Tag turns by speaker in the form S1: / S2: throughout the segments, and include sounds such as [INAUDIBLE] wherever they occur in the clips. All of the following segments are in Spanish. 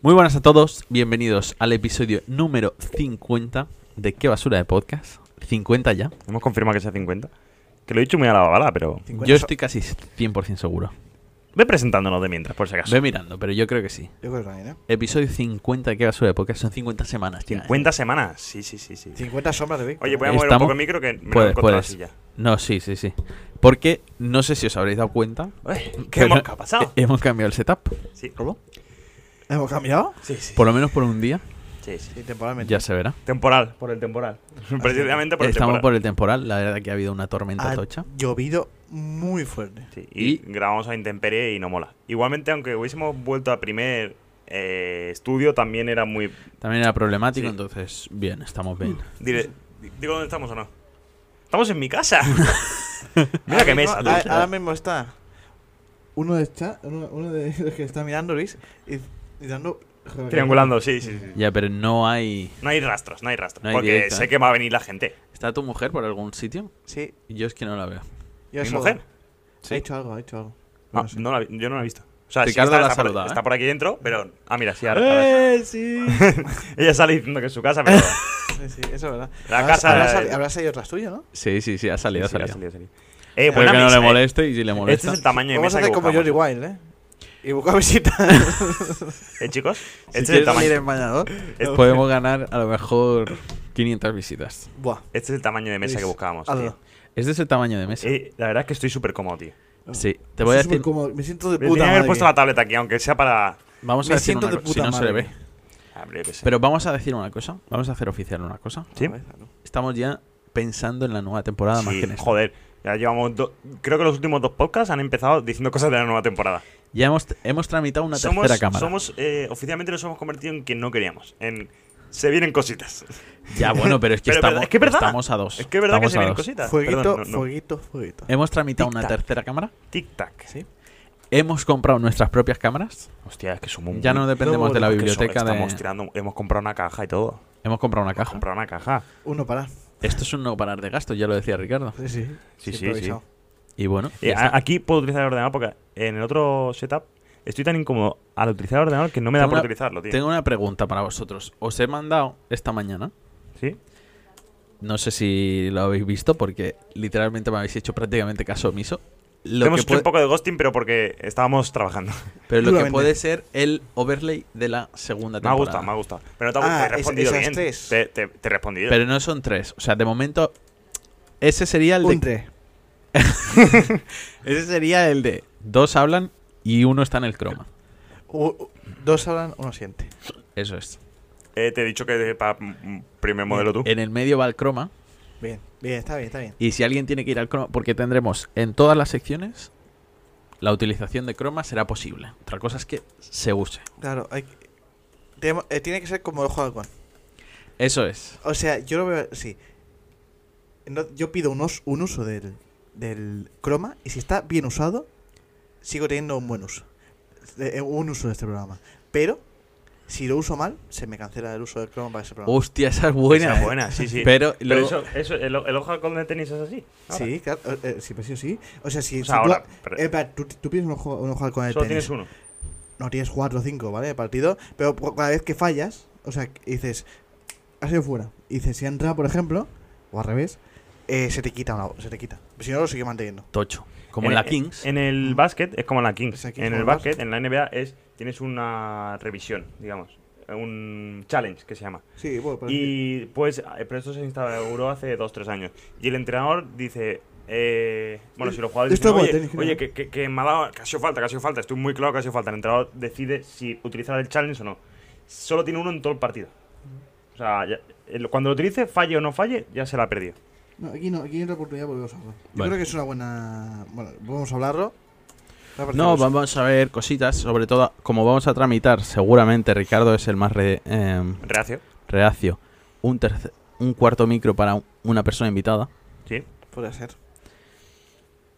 S1: Muy buenas a todos, bienvenidos al episodio número 50 de Qué Basura de Podcast. 50 ya.
S2: Hemos confirmado que sea 50. Que lo he dicho muy a la bala, pero.
S3: 50.
S1: Yo estoy casi 100% seguro.
S2: Ve presentándonos de mientras, por si acaso.
S1: Ve mirando, pero yo creo que sí.
S3: Yo creo que también, ¿eh?
S1: Episodio 50 de Qué Basura de Podcast son 50 semanas. ya, ¿eh?
S2: 50 semanas. Sí, sí, sí, sí.
S3: 50 sombras de Víctor.
S2: Oye, voy a
S1: pues-
S2: mover un
S1: ¿Estamos?
S2: poco el micro que me lo he
S1: Puedes,
S2: encontrado
S1: puedes.
S2: así ya.
S1: No, sí, sí, sí. Porque no sé si os habréis dado cuenta.
S2: Uy, [LAUGHS] ¿Qué
S1: pero
S2: hemos- qué ha pasado?
S1: he- [LAUGHS] Hemos cambiado el setup.
S2: Sí.
S3: ¿Hemos cambiado?
S2: Sí, sí.
S1: Por lo menos por un día.
S2: Sí, sí.
S3: Sí, temporalmente.
S1: Ya se verá.
S2: Temporal. Por el temporal. [LAUGHS] Precisamente por el
S1: Estamos por
S2: temporal. Ah,
S1: el temporal. La verdad que ha habido una tormenta
S3: Ha
S1: tocha.
S3: llovido muy fuerte.
S2: Sí, y,
S1: y-
S2: grabamos a intemperie y no mola. Igualmente, aunque hubiésemos vuelto al primer eh, estudio, también era muy.
S1: También era problemático,
S2: Sí. Mm.
S1: entonces, bien, estamos bien.
S2: Dire- ¿Digo dónde estamos o no? Estamos en mi casa. [LAUGHS] Mira qué
S3: Ahora
S2: mesa.
S3: mismo-
S2: tú.
S3: a- Ahora mismo está uno de, esta- uno, uno de los que está mirando, Luis, y, y dando...
S2: Triangulando, sí, sí, sí.
S1: Ya, pero no hay.
S2: No hay rastros, no hay rastros.
S1: No hay
S2: porque
S1: directo,
S2: sé
S1: ¿eh?
S2: que va a venir la gente.
S1: ¿Está tu mujer por algún sitio?
S3: Sí,
S1: Yo es que no la veo.
S3: yo
S2: ¿Mi
S3: solo.
S2: mujer?
S3: Ha hecho algo, ha hecho algo.
S2: Ah,
S3: No sé.
S2: no la vi- yo no la he visto. O sea,
S1: Ricardo
S2: está,
S1: la
S2: está por-
S1: saluda, ¿eh?
S2: está por aquí dentro, pero. Ah, mira, sí, ahora.
S3: ¡Eh!
S2: ahora-
S1: sí!
S2: Ella sale diciendo que es su casa, pero.
S3: Sí, sí, eso es verdad.
S2: La
S3: Habrás-
S2: casa-
S3: Habrás, sali- habrás salido tras tuyo, ¿no?
S1: [LAUGHS] Sí, sí, sí, ha salido,
S2: Sí, sí,
S1: ha
S2: ha
S1: salido.
S2: salido, ha salido. Eh,
S1: Espero
S2: buena
S1: que no
S2: mesa,
S1: le
S2: eh.
S1: moleste y si le
S2: Este
S1: molesta.
S2: es el tamaño de
S3: Vamos a
S2: mesa que
S3: hacer como Jordi
S2: buscamos.
S3: Wild, ¿eh? Y buscar visitas.
S2: [LAUGHS] Eh, chicos, este
S1: Si
S2: es
S1: quieres
S2: el tamaño. este,
S1: salir en bañador, podemos ganar a lo mejor 500 visitas.
S3: Buah.
S2: Este es el tamaño de mesa que
S3: Luis,
S2: buscábamos.
S3: hazlo.
S2: tío.
S1: Este es el tamaño de mesa.
S2: Eh, la verdad es que estoy súper cómodo, tío.
S1: Sí, te voy a
S3: Estoy
S2: Este
S3: súper
S1: decir.
S3: cómodo, Me siento de
S2: Me
S3: puta
S2: Tenía que haber
S3: madre.
S2: puesto la tableta aquí, aunque sea para.
S1: Vamos a
S3: Me
S1: decir
S3: siento
S1: una
S3: de
S1: cosa. Si
S3: puta
S1: no se le
S3: madre.
S1: ve.
S2: Ah, pero yo qué sé.
S1: Pero vamos a decir una cosa. Vamos a hacer oficial una cosa.
S2: ¿Sí?
S1: Estamos ya pensando en la nueva temporada más
S2: Sí,
S1: que en esta.
S2: joder. Ya llevamos. do- Creo que los últimos dos podcasts han empezado diciendo cosas de la nueva temporada.
S1: Ya hemos, hemos tramitado una
S2: somos,
S1: tercera cámara.
S2: somos, eh, oficialmente nos hemos convertido en que no queríamos. En se vienen cositas.
S1: Ya, bueno, pero es que,
S2: [LAUGHS] Pero
S1: estamos,
S2: verdad- es que verdad.
S1: estamos a dos.
S2: Es que es verdad que
S1: Estamos
S2: se
S1: a
S2: vienen
S1: dos.
S2: cositas.
S3: Fueguito,
S2: Perdón, no, Em. no.
S3: fueguito, fueguito.
S1: Hemos tramitado
S2: Tic-tac.
S1: una tercera cámara.
S2: Tic tac.
S3: Sí.
S1: Hemos comprado nuestras propias cámaras.
S2: Hostia, es que somos
S1: Ya no dependemos de la
S2: es que somos-
S1: biblioteca
S2: Estamos
S1: de...
S2: tirando, hemos comprado una caja y todo.
S1: Hemos comprado una
S2: Hemos
S3: Ah.
S1: caja.
S2: comprado una caja.
S3: Uno para.
S1: Esto es un no parar de gasto, ya lo decía Ricardo.
S3: Sí, sí.
S2: Sí, sí, sí.
S3: improvisado.
S1: Y bueno,
S2: Eh,
S1: ya
S2: a-
S1: está.
S2: aquí puedo utilizar el ordenador porque en el otro setup estoy tan incómodo al utilizar el ordenador que no me da
S1: Tengo
S2: por
S1: una-
S2: utilizarlo, tío.
S1: tengo una pregunta para vosotros. Os he mandado esta mañana,
S2: ¿Sí?
S1: no sé si lo habéis visto porque literalmente me habéis hecho prácticamente caso omiso. Lo
S2: Hemos
S1: que
S2: hecho
S1: puede-
S2: un poco de ghosting, pero porque estábamos trabajando.
S1: pero lo que
S3: Duramente.
S1: puede ser el overlay de la segunda
S2: Me ha
S1: temporada.
S2: gustado, me ha gustado. Pero no te, ha gustado,
S3: Ah,
S2: te he
S3: es-
S2: respondido
S3: esas
S2: bien.
S3: tres.
S2: Te, te- te he respondido.
S1: Pero no son tres. O sea, de momento, ese sería el de
S3: Un tres.
S1: Ese sería el de dos hablan y uno está en el croma.
S3: U- u- dos hablan, uno siente.
S1: Eso es.
S2: Eh, te he dicho que de- pa- mm, primer modelo tú.
S1: En el medio va el croma.
S3: Bien, bien, está bien, está bien.
S1: Y si alguien tiene que ir al croma, porque tendremos en todas las secciones, la utilización de croma será posible. Otra cosa es que se use.
S3: Claro, hay que- tenemos- eh, tiene que ser como el juego de halcón.
S1: Eso es.
S3: O sea, yo lo veo así. No- yo pido un, us- un uso del, del croma y si está bien usado, sigo teniendo un buen uso. De- eh, un uso de este programa. Pero, si lo uso mal, se me cancela el uso del croma para ese programa.
S1: Hostia, esa es buena.
S2: Esa
S1: eh.
S2: buena, sí, sí.
S1: Pero, luego-
S2: eso, eso, el, el ojo halcón de tenis es así. ahora.
S3: Sí, claro, eh, eh, sí, pues sí, sí. O sea, si,
S2: O sea,
S3: si tú,
S2: ahora, pero-
S3: eh, espera, tú, tú pides un ojo, un ojo halcón de
S2: Solo
S3: tenis.
S2: tienes uno.
S3: no tienes 4 o 5, ¿vale? De partido, pero cu- cada vez que fallas, o sea, que dices, ha sido fuera. Y dices, si entra, por ejemplo, o al revés, eh, se te quita una, se te quita. Si no, lo sigue manteniendo.
S1: Tocho. Como en la Kings.
S2: En el básquet es como en la Kings.
S3: Es aquí
S2: en
S3: como
S2: el
S3: el
S2: básquet, en la NBA, es tienes una revisión, digamos. Un challenge que se llama.
S3: Sí, bueno, pero
S2: Y pues, eh, pero esto se instauró hace 2-3 años. Y el entrenador dice. eh, bueno, si los jugadores
S3: Esto
S2: dicen,
S3: es
S2: oye,
S3: tenis, creo.
S2: oye, que, que- que me ha dado, que ha sido falta, que ha sido falta, estoy muy claro que ha sido falta. El entrenador decide si utilizar el challenge o no. Solo tiene uno en todo el partido. O sea, ya- el- cuando lo utilice, falle o no falle, ya se la ha perdido.
S3: no, aquí no, aquí hay otra oportunidad porque vamos a hablar. Yo
S1: Vale.
S3: creo que es una buena. Bueno, vamos a hablarlo. Me parece
S1: No,
S3: justo.
S1: vamos a ver cositas. Sobre todo, como vamos a tramitar, seguramente Ricardo es el más re- em,
S2: Reacio,
S1: reacio. Un, terce- un cuarto micro para un- una persona invitada.
S2: sí.
S3: Podría ser.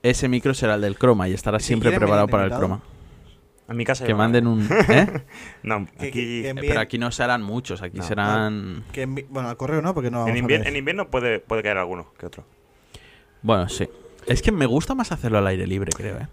S1: Ese micro será el del croma y estará
S3: Si
S1: siempre
S3: quieren
S1: preparado
S3: venir
S1: para el
S3: invitado,
S1: croma.
S2: A mi casa.
S1: Que
S2: yo-
S1: manden
S2: [LAUGHS]
S1: un. ¿eh?
S2: No,
S3: Que-
S2: aquí.
S3: que-
S2: en,
S3: que-
S1: Pero aquí no serán muchos, aquí
S2: No,
S1: serán.
S3: Que en mi- bueno, al correo no, porque no. vamos a
S2: invier-
S3: ver.
S2: en invierno puede, puede caer alguno que otro.
S1: Bueno, sí. Es que me gusta más hacerlo al aire libre, creo, ¿eh?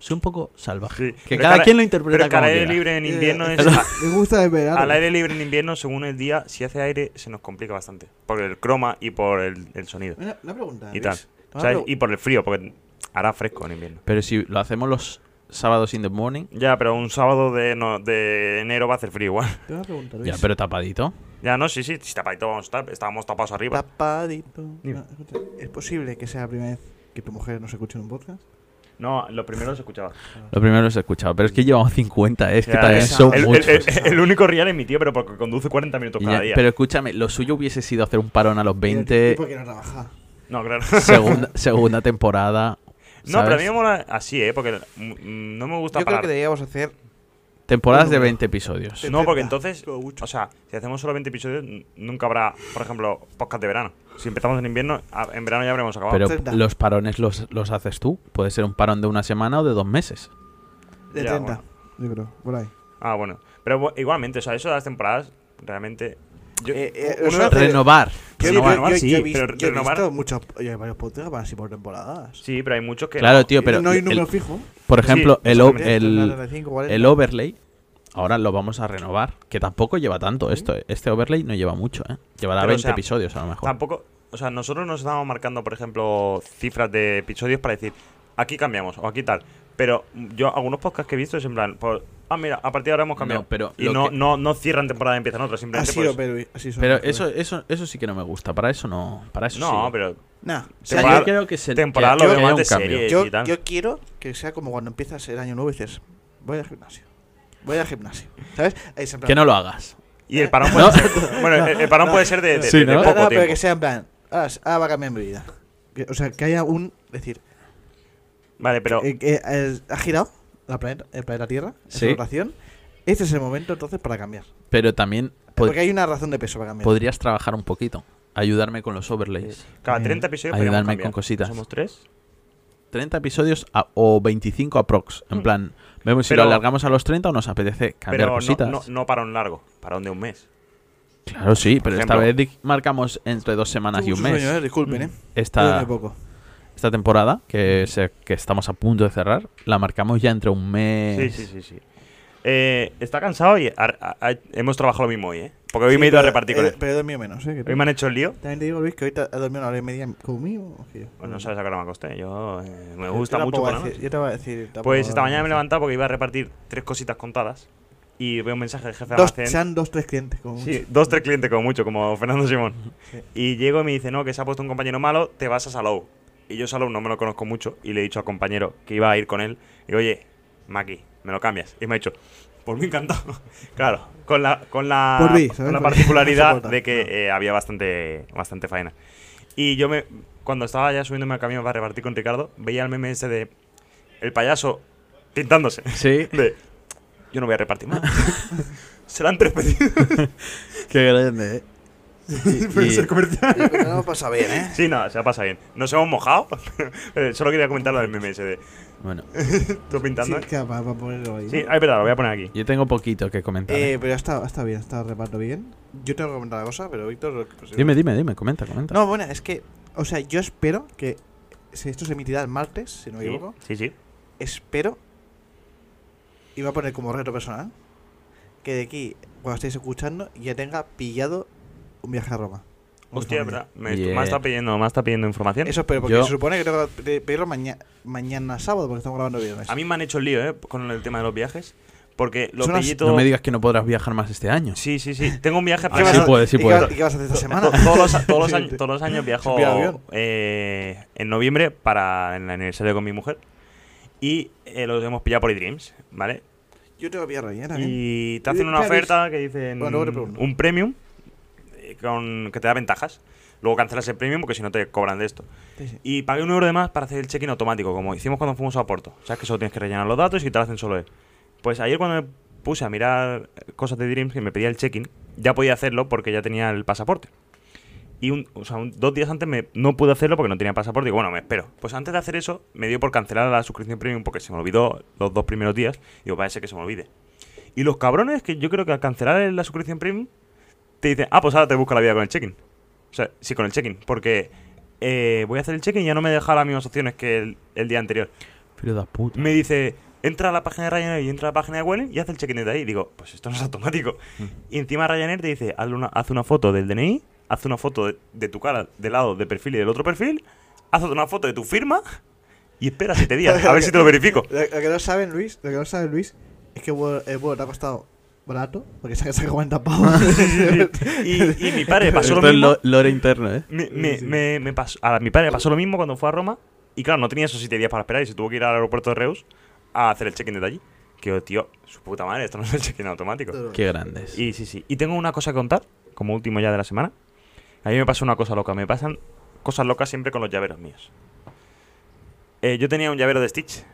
S1: Soy un poco salvaje.
S2: Sí.
S1: Que
S2: Pero
S1: cada
S2: cara-
S1: quien lo interpreta
S2: Pero que al
S1: como
S2: aire
S1: quiera.
S2: libre en invierno
S3: Eh,
S2: es.
S3: Me gusta
S2: [LAUGHS]
S3: el verano.
S2: Al aire libre en invierno, según el día, si hace aire, se nos complica bastante. Por el croma y por el, el sonido.
S3: Una, una
S1: Ah,
S3: pregunta.
S2: Y
S3: Luis.
S2: tal.
S3: Una
S2: ¿Sabes?
S3: pregu-
S2: Y por el frío, porque hará fresco en invierno.
S1: Pero si lo hacemos los sábados in the morning,
S2: Ya, pero un sábado de, no- de enero va a hacer frío igual. [LAUGHS]
S3: tengo una pregunta, Luis.
S1: ya, pero tapadito.
S2: Ya, no, sí, sí, si tapadito vamos a estar. Estábamos tapados arriba.
S3: Tapadito.
S2: Dime.
S3: No, Ah, escucha, ¿Es posible que sea la primera vez que tu mujer nos escuche en un podcast?
S2: No, lo primero se escuchaba.
S1: Lo primero los he escuchado, pero es que llevamos 50, eh, es que
S2: Ya,
S1: también
S2: ya.
S1: son
S2: el, el-
S1: muchos.
S2: el- el único real es mi tío, pero porque conduce 40 minutos
S1: Y
S2: cada
S1: ya-
S2: día.
S1: pero escúchame, lo suyo hubiese sido hacer un parón a los
S3: ¿Y
S1: 20,
S3: por qué no trabaja?
S2: No,
S1: [LAUGHS]
S2: claro. [LAUGHS]
S1: segunda, segunda temporada.
S2: No, pero a
S1: ¿sabes?
S2: mí me mola así, ¿eh? Porque mm, no me gusta
S4: Yo creo
S2: parar.
S4: que deberíamos hacer.
S1: Temporadas de
S3: Uno.
S1: 20 episodios.
S2: No, porque
S3: 70,
S2: entonces,
S3: como mucho.
S2: o sea, si hacemos solo 20 episodios, n- nunca habrá, por ejemplo, podcast de verano. Si empezamos en invierno, a- en verano ya habremos acabado.
S1: Pero
S3: 30.
S1: los parones los, los haces tú. Puede ser un parón de una semana o de dos meses.
S3: De
S2: Ya,
S3: 30, yo creo, por ahí.
S2: ah, bueno. Pero bu- igualmente, o sea, eso de las temporadas, realmente. yo-
S3: Eh, eh,
S2: uno-
S3: eso- Hace-
S1: Renovar.
S2: Yo-
S3: he-
S2: Renovar,
S3: he
S2: sí,
S3: vis-
S2: pero
S3: yo he
S2: renovar-
S3: visto muchos yo, varios podcasts van así por temporadas.
S2: sí, pero hay muchos que.
S1: Claro,
S2: no.
S1: tío, pero
S3: no hay
S1: el-
S3: número fijo.
S1: por
S2: Sí,
S1: ejemplo, el, o-
S2: exactamente.
S1: el,
S4: 35, 40.
S1: el overlay, ahora lo vamos a renovar, que tampoco lleva tanto esto. eh. Este overlay no lleva mucho, ¿eh? Llevará
S2: Pero, o
S1: 20
S2: sea,
S1: episodios a lo mejor.
S2: Tampoco. O sea, nosotros nos estábamos marcando, por ejemplo, cifras de episodios para decir, aquí cambiamos o aquí tal. Pero yo, algunos podcasts que he visto es en plan, por, ah, mira, a partir de ahora hemos cambiado.
S1: No, pero
S2: y
S1: lo
S2: no,
S1: que-
S2: no, no cierran temporada y empiezan otra, simplemente.
S3: Así
S2: pues-
S3: lo pero así son
S1: Pero
S3: los
S1: eso,
S3: juegos.
S1: eso, eso sí que no me gusta. Para eso no. Para eso
S2: no,
S1: sí.
S2: pero
S3: Nah,
S1: O
S3: o
S1: sea,
S3: sea,
S2: Temporada-
S1: yo creo que se
S2: temporada
S1: que-
S2: lo
S1: que
S2: veo
S1: haya
S2: más de
S1: un cambio.
S2: serie.
S3: yo,
S2: y tal.
S3: yo quiero que sea como cuando empiezas el año nuevo y dices, voy al gimnasio. Voy al gimnasio. ¿Sabes? Es en plan-
S1: Que no lo hagas.
S2: Y el parón puede
S1: No. [LAUGHS]
S2: ser. Bueno, el, el parón puede ser de, de-
S1: Sí,
S2: de- de
S1: ¿no?
S3: No,
S2: poco
S3: no, pero
S2: tiempo.
S3: que sea en plan, ah, s- ah, va a cambiar mi vida. Que- o sea, que haya un. decir,
S2: Vale, pero.
S3: eh, que, eh, ha girado la planeta, el planeta Tierra, en
S1: Sí.
S3: su rotación. Este es el momento entonces para cambiar.
S1: Pero también pod-
S3: Porque hay una razón de peso para cambiar.
S1: podrías trabajar un poquito. Ayudarme con los overlays.
S2: Cada
S3: eh,
S2: 30 episodios
S1: ayudarme
S2: podríamos cambiar.
S1: con cositas.
S2: Somos tres.
S1: 30 episodios a- o 25 aprox. En
S2: Hmm.
S1: plan, vemos si
S2: Pero-
S1: lo alargamos a los 30 o nos apetece cambiar
S2: Pero no,
S1: cositas.
S2: no, no parón largo, parón de un mes.
S1: Claro, sí, pero esta
S2: ejemplo.
S1: vez di- marcamos entre dos semanas y un
S3: Sueño, eh,
S1: mes.
S3: disculpen,
S2: Mm.
S3: eh. Yo
S1: Esta,
S3: dormí poco.
S1: esta temporada, que, se- que estamos a punto de cerrar, la marcamos ya entre un
S2: Sí,
S1: mes.
S2: sí, sí. sí. Eh, está cansado y ha- ha- ha- hemos trabajado lo mismo hoy, ¿eh? Porque hoy
S3: Sí,
S2: me he ido a
S3: pero-
S2: repartir con
S3: eh,
S2: él.
S3: Pero he dormido menos, eh. que tú.
S2: Hoy me han hecho el lío.
S3: También te digo, Luis, que ahorita he dormido una hora y media conmigo. que yo.
S2: Pues no sabes a qué hora me acosté. Yo eh, me
S3: Yo
S2: gusta
S3: tampoco
S2: mucho por
S3: voy a
S2: la
S3: decir-
S2: noche.
S3: Yo te voy a decir. tampoco-
S2: Pues esta mañana me he levantado porque iba a repartir tres cositas contadas. Y veo un mensaje del jefe de
S3: Dos,
S2: almacén.
S3: sean dos, tres clientes. Como
S2: Sí, [LAUGHS]
S3: mucho.
S2: dos, tres clientes como mucho, como Fernando Simón.
S3: Sí.
S2: Y llego y me dice, no, que se ha puesto un compañero malo, te vas a Salou. Y yo Salou no me lo conozco mucho y le he dicho al compañero que iba a ir con él. Y digo, oye, Maki, me lo cambias. Y me ha dicho, por mí encantado. [LAUGHS] claro, con la, con la,
S3: Por mí, ¿sabes?
S2: con la
S3: Por mí. [LAUGHS] No
S2: particularidad
S3: soporta.
S2: de que
S3: No.
S2: eh, había bastante, bastante faena. Y yo me, cuando estaba ya subiéndome al camión para repartir con Ricardo, veía el meme ese de el payaso pintándose.
S1: [LAUGHS] Sí,
S2: De, yo no voy a repartir
S3: [LAUGHS]
S2: más. [LAUGHS] Serán tres pedidos.
S1: qué grande, ¿eh?
S2: [LAUGHS]
S1: Y- y-
S3: Oye, pero no me pasa bien, eh.
S2: Sí, no, se ha pasado bien. Nos hemos mojado. [LAUGHS] Eh, Solo quería comentar lo del meme ese de
S1: bueno,
S2: tú
S3: Sí,
S2: pintando.
S3: es que para, para ponerlo ahí.
S2: Sí, ah, es verdad, lo voy a poner aquí.
S1: yo tengo poquito que comentar. ¿eh?
S3: Eh, pero está, está bien, está reparto bien. Yo tengo que comentar una cosa, pero Víctor. lo que- pues,
S1: Dime, dime, dime, comenta, comenta.
S3: No, bueno, es que. O sea, yo espero que. Si esto se emitirá el martes, si no me
S2: Sí,
S3: equivoco.
S2: sí, sí.
S3: Espero. Y voy a poner como reto personal. Que de aquí, cuando estéis escuchando, ya tenga pillado un viaje a Roma. Con mi
S2: Hostia, es
S3: familia.
S2: verdad. Me,
S1: Bien.
S2: me está pidiendo, me está pidiendo información.
S3: Eso espero, porque
S1: Yo-
S3: se supone que tengo que pe- pedirlo maña- mañana sábado, porque estamos grabando viernes.
S2: A mí me han hecho el lío, ¿eh? Con el tema de los viajes. Porque lo
S3: Son las-
S2: pillé todo-
S1: No me digas que no podrás viajar más este año.
S2: Sí, sí, sí. Tengo un viaje
S1: sí pues.
S2: planeado.
S1: puede, sí
S3: ¿Y qué
S1: puede.
S3: vas- ¿Y qué vas a hacer esta semana?
S2: To- Todos los, todos los años, todos los años viajo
S3: Sin pillar avión.
S2: eh, en noviembre para el aniversario con mi mujer. Y eh, los hemos pillado por eDreams, ¿vale?
S3: Yo tengo que pillarlo ya también.
S2: Y te
S3: Y
S2: hacen una
S3: claro,
S2: oferta que dicen
S3: ¿eh? Bueno, luego te pregunto.
S2: un premium eh, con, que te da ventajas. Luego cancelas el premium porque si no te cobran de esto.
S3: Sí, sí.
S2: Y pagué un euro de más para hacer el check-in automático, como hicimos cuando fuimos a Porto. O sea, que solo tienes que rellenar los datos y te lo hacen solo él. Pues ayer cuando me puse a mirar cosas de Dreams que me pedía el check-in, ya podía hacerlo porque ya tenía el pasaporte. Y un- o sea, un- dos días antes me, no pude hacerlo porque no tenía pasaporte. Digo, bueno, me espero. Pues antes de hacer eso, me dio por cancelar la suscripción premium porque se me olvidó los dos primeros días. Digo, parece que se me olvide. Y los cabrones que yo creo que al cancelar la suscripción premium, te dicen, ah, pues ahora te busca la vida con el check-in. O sea, sí, con el check-in. Porque eh, voy a hacer el check-in y ya no me deja las mismas opciones que el, el día anterior.
S1: Pero da puta.
S2: me dice, entra a la página de Ryanair y entra a la página de Welling y haz el check-in desde ahí. Digo, pues esto no es automático. Y encima Ryanair te dice, haz una, haz una foto del DNI, haz una foto de, de tu cara del lado de perfil y del otro perfil, haz una foto de tu firma y espera siete días a ver si te lo
S3: [LAUGHS]
S2: verifico.
S3: Lo, lo que no saben, Luis, lo que no saben, Luis, es que Word- el Word ha costado barato, porque se ha sacado 40 pavos.
S2: [LAUGHS]
S3: [LAUGHS]
S2: Y, y mi padre pasó lo
S1: Esto es
S2: mismo.
S1: lo- lore interno, ¿eh?
S2: Me, me- me- me pasó- a mi padre le pasó lo mismo cuando fue a Roma. Y claro, no tenía esos siete días para esperar y se tuvo que ir al aeropuerto de Reus a hacer el check-in desde allí. Que, oh, tío, su puta madre, esto no es el check-in automático.
S1: Qué grandes.
S2: Y sí, sí. Y tengo una cosa que contar, como último ya de la semana. A mí me pasó una cosa loca. Me pasan cosas locas siempre con los llaveros míos. Eh, yo tenía un llavero de Stitch.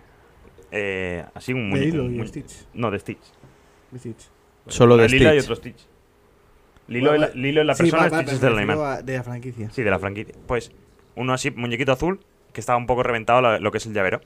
S2: Eh, así un
S3: De
S2: muñeco.
S3: Hilo
S2: un
S3: y
S2: muñe-
S3: Stitch.
S2: No, de Stitch.
S3: de Stitch.
S1: Solo de
S2: Una Lila y
S1: Stitch.
S2: otro Stitch. Lilo,
S3: Bueno,
S2: es la- Lilo es la
S3: Sí,
S2: persona,
S3: va, va,
S2: Stitch es del
S3: pero me
S2: animal.
S3: refiero a- de la franquicia.
S2: Sí, de la franquicia. Pues uno así, muñequito azul, que estaba un poco reventado la- lo que es el llavero.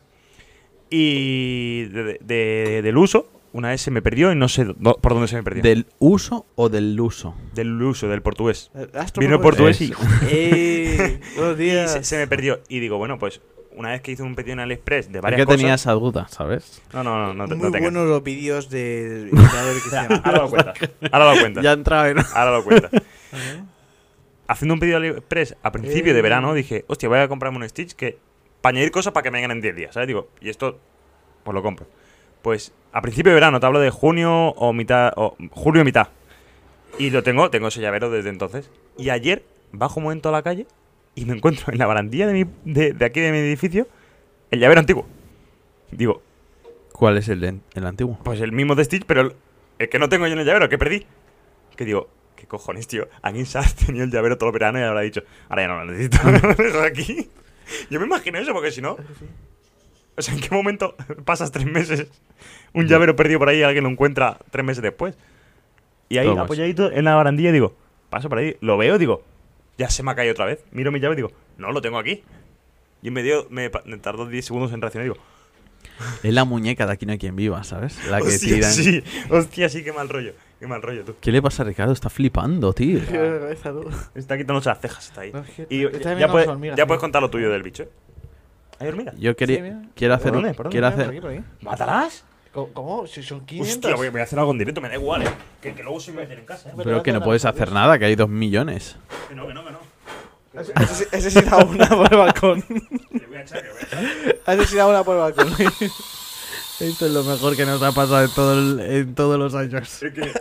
S2: Y de- de- de- del uso, una vez se me perdió y no sé do- por dónde se me perdió.
S1: ¿Del uso o del uso?
S2: del uso, del portugués.
S3: Eh, Astro
S2: Vino el
S3: Pro-
S2: portugués y,
S1: [LAUGHS] Eso.
S3: ¡Ey! [LAUGHS] Buenos
S2: y
S3: días.
S2: se, se me perdió. Y digo, bueno, pues una vez que hice un pedido en AliExpress de
S1: Es
S2: varias
S1: que tenía
S2: cosas...
S1: esa duda, ¿sabes?
S2: No, no, no, no, te-
S3: Muy
S2: no tengas.
S3: buenos los
S2: [LAUGHS]
S3: vídeos del invitado de
S2: Espera,
S3: Cristiano.
S2: Ahora lo
S3: [LAUGHS]
S2: cuentas.
S1: [LAUGHS]
S2: Ahora lo cuentas.
S1: Ya entraba en...
S2: Ahora lo cuentas.
S3: Ah.
S2: Haciendo un pedido de AliExpress a principio
S3: Eh.
S2: de verano, dije, hostia, voy a comprarme un Stitch que. Para añadir cosas para que me vengan en 10 días, ¿sabes? Digo, y esto, pues lo compro. Pues a principio de verano, te hablo de junio o mitad. O julio mitad. Y lo tengo, tengo ese llavero desde entonces. Y ayer bajo un momento a la calle y me encuentro en la barandilla de, mi, de, de aquí de mi edificio el llavero antiguo. Digo,
S1: ¿Cuál es el, de- el antiguo?
S2: pues el mismo de Stitch, pero el, el que no tengo yo en el llavero, el que perdí. Que digo, ¿qué cojones, tío? Alguien se ha [LAUGHS] tenido el llavero todo el verano y habrá dicho, ahora ya no lo necesito, lo dejo aquí. [LAUGHS] Yo me imagino eso, porque si no. O sea, ¿en qué momento [LAUGHS] pasas tres meses un llavero perdido por ahí y alguien lo encuentra tres meses después? Y ahí,
S1: Tomas.
S2: apoyadito en la barandilla, digo, paso por ahí, lo veo, digo, ya se me ha caído otra vez. Miro mi llave y digo, no, lo tengo aquí. Y me dio, me, pa- me tardó 10 segundos en reaccionar y digo,
S1: Es la muñeca de Aquí no hay quien viva, ¿sabes? La que
S2: hostia,
S1: tiran...
S2: sí, hostia, sí, qué mal rollo, qué mal rollo tú.
S1: ¿Qué le pasa a Ricardo? Está flipando, tío.
S3: Quiero la cabeza, ¿no?
S2: Está quitándose las cejas, está ahí.
S4: No, es que-
S2: Y
S4: está
S2: ya,
S4: viendo
S2: puedes,
S4: las hormigas,
S2: ya
S4: tío.
S2: puedes contar lo tuyo del bicho, ¿eh? ¿Hay hormigas?
S1: Yo
S4: Sí,
S1: quería...
S4: mira.
S1: Quiero hacer...
S2: ¿Por dónde? ¿Por dónde?
S1: Quiero
S4: Mira, por
S1: hacer...
S4: aquí, por aquí.
S2: ¿Matarás?
S4: Co- ¿Cómo? Si son 500.
S2: Hostia, voy, voy a hacer algo en directo, me da igual, ¿eh? Que, que luego se me meten en casa, ¿eh?
S1: Pero que no puedes hacer nada, que hay dos millones.
S2: Que no, que no, que no.
S3: Has- has ases- asesinado una por el balcón.
S2: Que le voy a echar, que le voy a echar.
S3: [LAUGHS] Has asesinado una por el balcón.
S1: Esto es lo mejor que nos ha pasado en, todo en todos los años.
S2: Sí, que...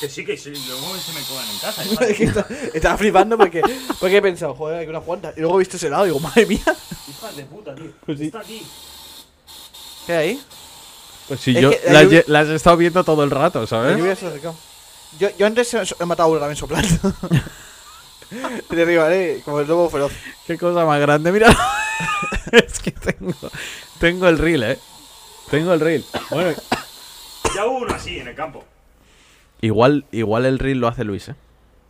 S2: que sí, que sí, luego se me comen en casa.
S3: [LAUGHS]
S1: [LAUGHS]
S3: Es que
S2: hija.
S3: está- Estaba flipando porque, porque he pensado, joder, hay unas cuantas. Y luego he visto ese lado y digo, madre mía.
S2: Hija de puta, tío.
S3: Pues sí.
S2: Está aquí.
S3: ¿Qué hay ahí?
S1: Pues si
S3: Es
S1: yo
S3: que la
S1: las,
S3: lluvia-
S1: lle- las he estado viendo todo el rato,
S3: La
S1: ¿sabes?
S3: lluvia se ha acercado. Yo, yo antes he- he matado a uno también soplando.
S1: [LAUGHS]
S3: Le rivalé como el lobo feroz.
S1: Qué cosa más grande, mira. [LAUGHS] es que tengo, tengo el reel, eh. Tengo el reel. Bueno,
S2: Ya hubo uno así en el campo.
S1: igual, igual el reel lo hace Luis, eh.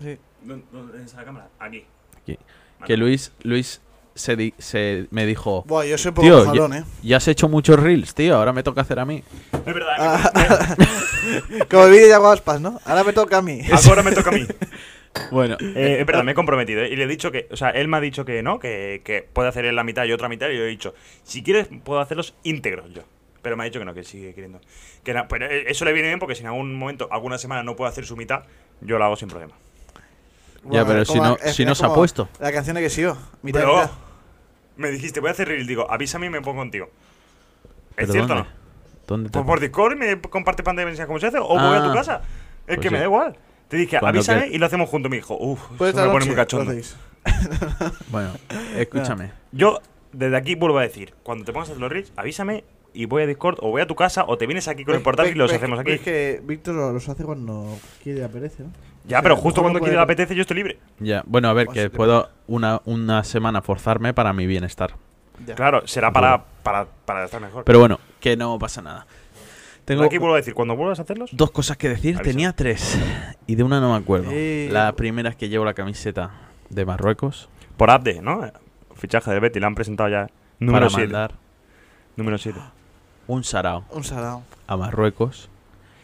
S3: Sí.
S2: ¿Dónde, dónde está la cámara? Aquí.
S1: Aquí.
S2: Vale.
S1: Que Luis, Luis se, di- se me dijo,
S3: Buah, yo soy un poco
S1: tío,
S3: jalón,
S1: ya,
S3: eh. [LAUGHS]
S1: ya has hecho muchos reels, tío. Ahora me toca hacer a mí.
S2: Es
S1: [LAUGHS]
S2: verdad,
S3: Ah.
S2: me- me-
S3: Como el vídeo de Aguaspas, ¿no? Ahora me toca a mí.
S2: ahora me toca a mí.
S1: Bueno,
S2: [LAUGHS] Eh, es verdad, me he comprometido. ¿eh? Y le he dicho que, o sea, él me ha dicho que no, que, que puede hacer él la mitad y otra mitad. Y yo he dicho, si quieres, puedo hacerlos íntegros yo. Pero me ha dicho que no, que sigue queriendo. Que na- pero eh, eso le viene bien porque si en algún momento, alguna semana no puedo hacer su mitad, yo la hago sin problema.
S1: Ya, pero si no- si no se ha
S3: como
S1: puesto.
S3: La canción de que sigo. Mitad, y
S2: Pero
S3: mitad.
S2: me dijiste, voy a hacer reel. Digo, avísame y me pongo contigo. ¿Es
S1: ¿pero
S2: cierto o no?
S1: dónde? ¿Dónde te-
S2: Pues por Discord y me comparte pantalla y me enseñas cómo se hace. O voy a tu
S1: Ah.
S2: casa. Es
S1: Pues
S2: que me
S1: sí.
S2: da igual. Te dije,
S1: Cuando
S2: avísame
S1: quieras.
S2: y lo hacemos juntos. Me dijo, uff,
S3: Puede
S2: me
S3: estar
S2: pone
S3: noche,
S2: muy
S3: lo
S2: cachondo.
S3: hacéis.
S1: Bueno, escúchame.
S2: Yo desde aquí vuelvo a decir, cuando te pongas a hacer los reels, avísame y voy a Discord o voy a tu casa o te vienes aquí con el
S3: Ves-
S2: portátil y
S3: ves-
S2: los
S3: ves-
S2: hacemos aquí.
S3: ves que Víctor lo- los hace cuando quiere y apetece, ¿no?
S2: Ya, pero justo
S3: Ojo,
S2: cuando
S3: no
S2: quiera le
S3: puede-
S2: apetece yo estoy libre.
S1: Ya, bueno, a ver,
S3: Pues
S1: que
S3: sí que
S1: puedo una, una semana forzarme para mi bienestar.
S3: Ya.
S2: Claro, será para, para, para estar mejor.
S1: Pero bueno, que no pasa nada. Tengo
S2: aquí vuelvo a decir, cuando vuelvas a hacerlos,
S1: dos cosas que decir.
S2: Avisa.
S1: Tenía tres y de una no me acuerdo.
S3: Eh.
S1: La primera es que llevo la camiseta de Marruecos
S2: por update, ¿no? Fichaje de Betty, la han presentado ya. Número
S1: para
S2: 7.
S1: mandar
S2: Número 7.
S1: un sarao
S3: Un salado.
S1: a Marruecos,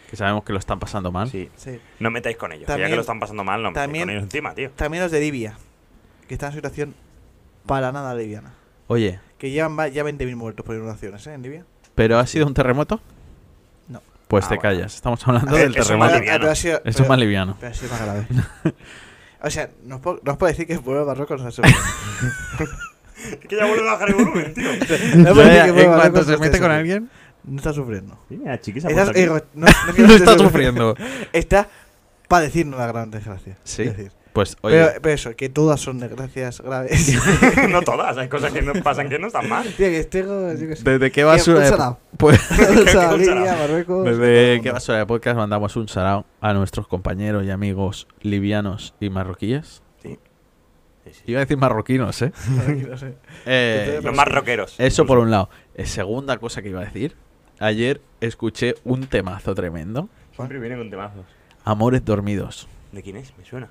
S1: que sabemos que lo están pasando mal.
S2: Sí.
S3: Sí.
S2: No metáis con ellos, que ya
S3: También-
S2: que lo están pasando mal, no metáis
S3: también-
S2: con ellos encima, tío.
S3: También los de Libia, que están en situación para nada liviana.
S1: Oye,
S3: Que llevan va- ya 20.000 muertos por inundaciones, ¿eh? En Libia.
S1: ¿pero ha sido un terremoto?
S3: No.
S1: Pues
S2: Ah,
S1: te
S2: bueno.
S1: callas. Estamos hablando
S2: A ver,
S1: del
S2: eso
S1: terremoto.
S2: vale. liviano.
S3: [LAUGHS] pero ha sido-
S1: Eso
S3: pero-
S1: es más
S3: [LAUGHS]
S1: liviano.
S3: Pero ha sido más grave.
S1: [LAUGHS]
S3: o sea, no os puedo, no os puedo decir que el pueblo barroco no se puede.
S2: [LAUGHS] que ya vuelve a bajar el volumen, [LAUGHS] tío.
S3: No os puedo decir que el
S1: en
S3: pueblo
S1: cuanto
S3: barroco
S1: se
S3: no
S1: mete
S3: esté
S1: con
S3: sufriendo. [LAUGHS]
S1: alguien,
S3: No está sufriendo.
S2: Mira, chiquis,
S3: Está,
S2: apunta aquí.
S3: eh,
S1: [LAUGHS]
S3: no, no es que no
S1: no
S3: esté
S1: está sufriendo.
S3: Está padeciendo una gran desgracia.
S1: Sí.
S3: Es decir,
S1: Pues, oye,
S3: pero, eh, pero eso, que todas son
S1: [LAUGHS]
S3: desgracias graves.
S2: [LAUGHS] no todas, hay cosas que no pasan que no están mal.
S3: Tío, que tengo. pues Yo qué sé. [LAUGHS]
S1: ¿desde qué
S3: Tío, un
S1: basura de,
S3: salam. [LAUGHS]
S1: pues,
S3: Un salam,
S2: Un
S3: Libia,
S2: salam.
S3: Marruecos.
S1: desde qué
S3: todo el mundo.
S1: basura de podcast mandamos un sarao a nuestros compañeros y amigos livianos y marroquíes?
S3: Sí.
S1: Iba a decir marroquinos, ¿eh?
S3: [LAUGHS] No sé.
S1: Eh,
S2: Los más rockeros.
S1: Eso por un lado. Eh, segunda cosa que iba a decir. Ayer escuché un temazo tremendo.
S2: Siempre viene con temazos.
S1: Amores dormidos.
S2: ¿De quién es? Me suena.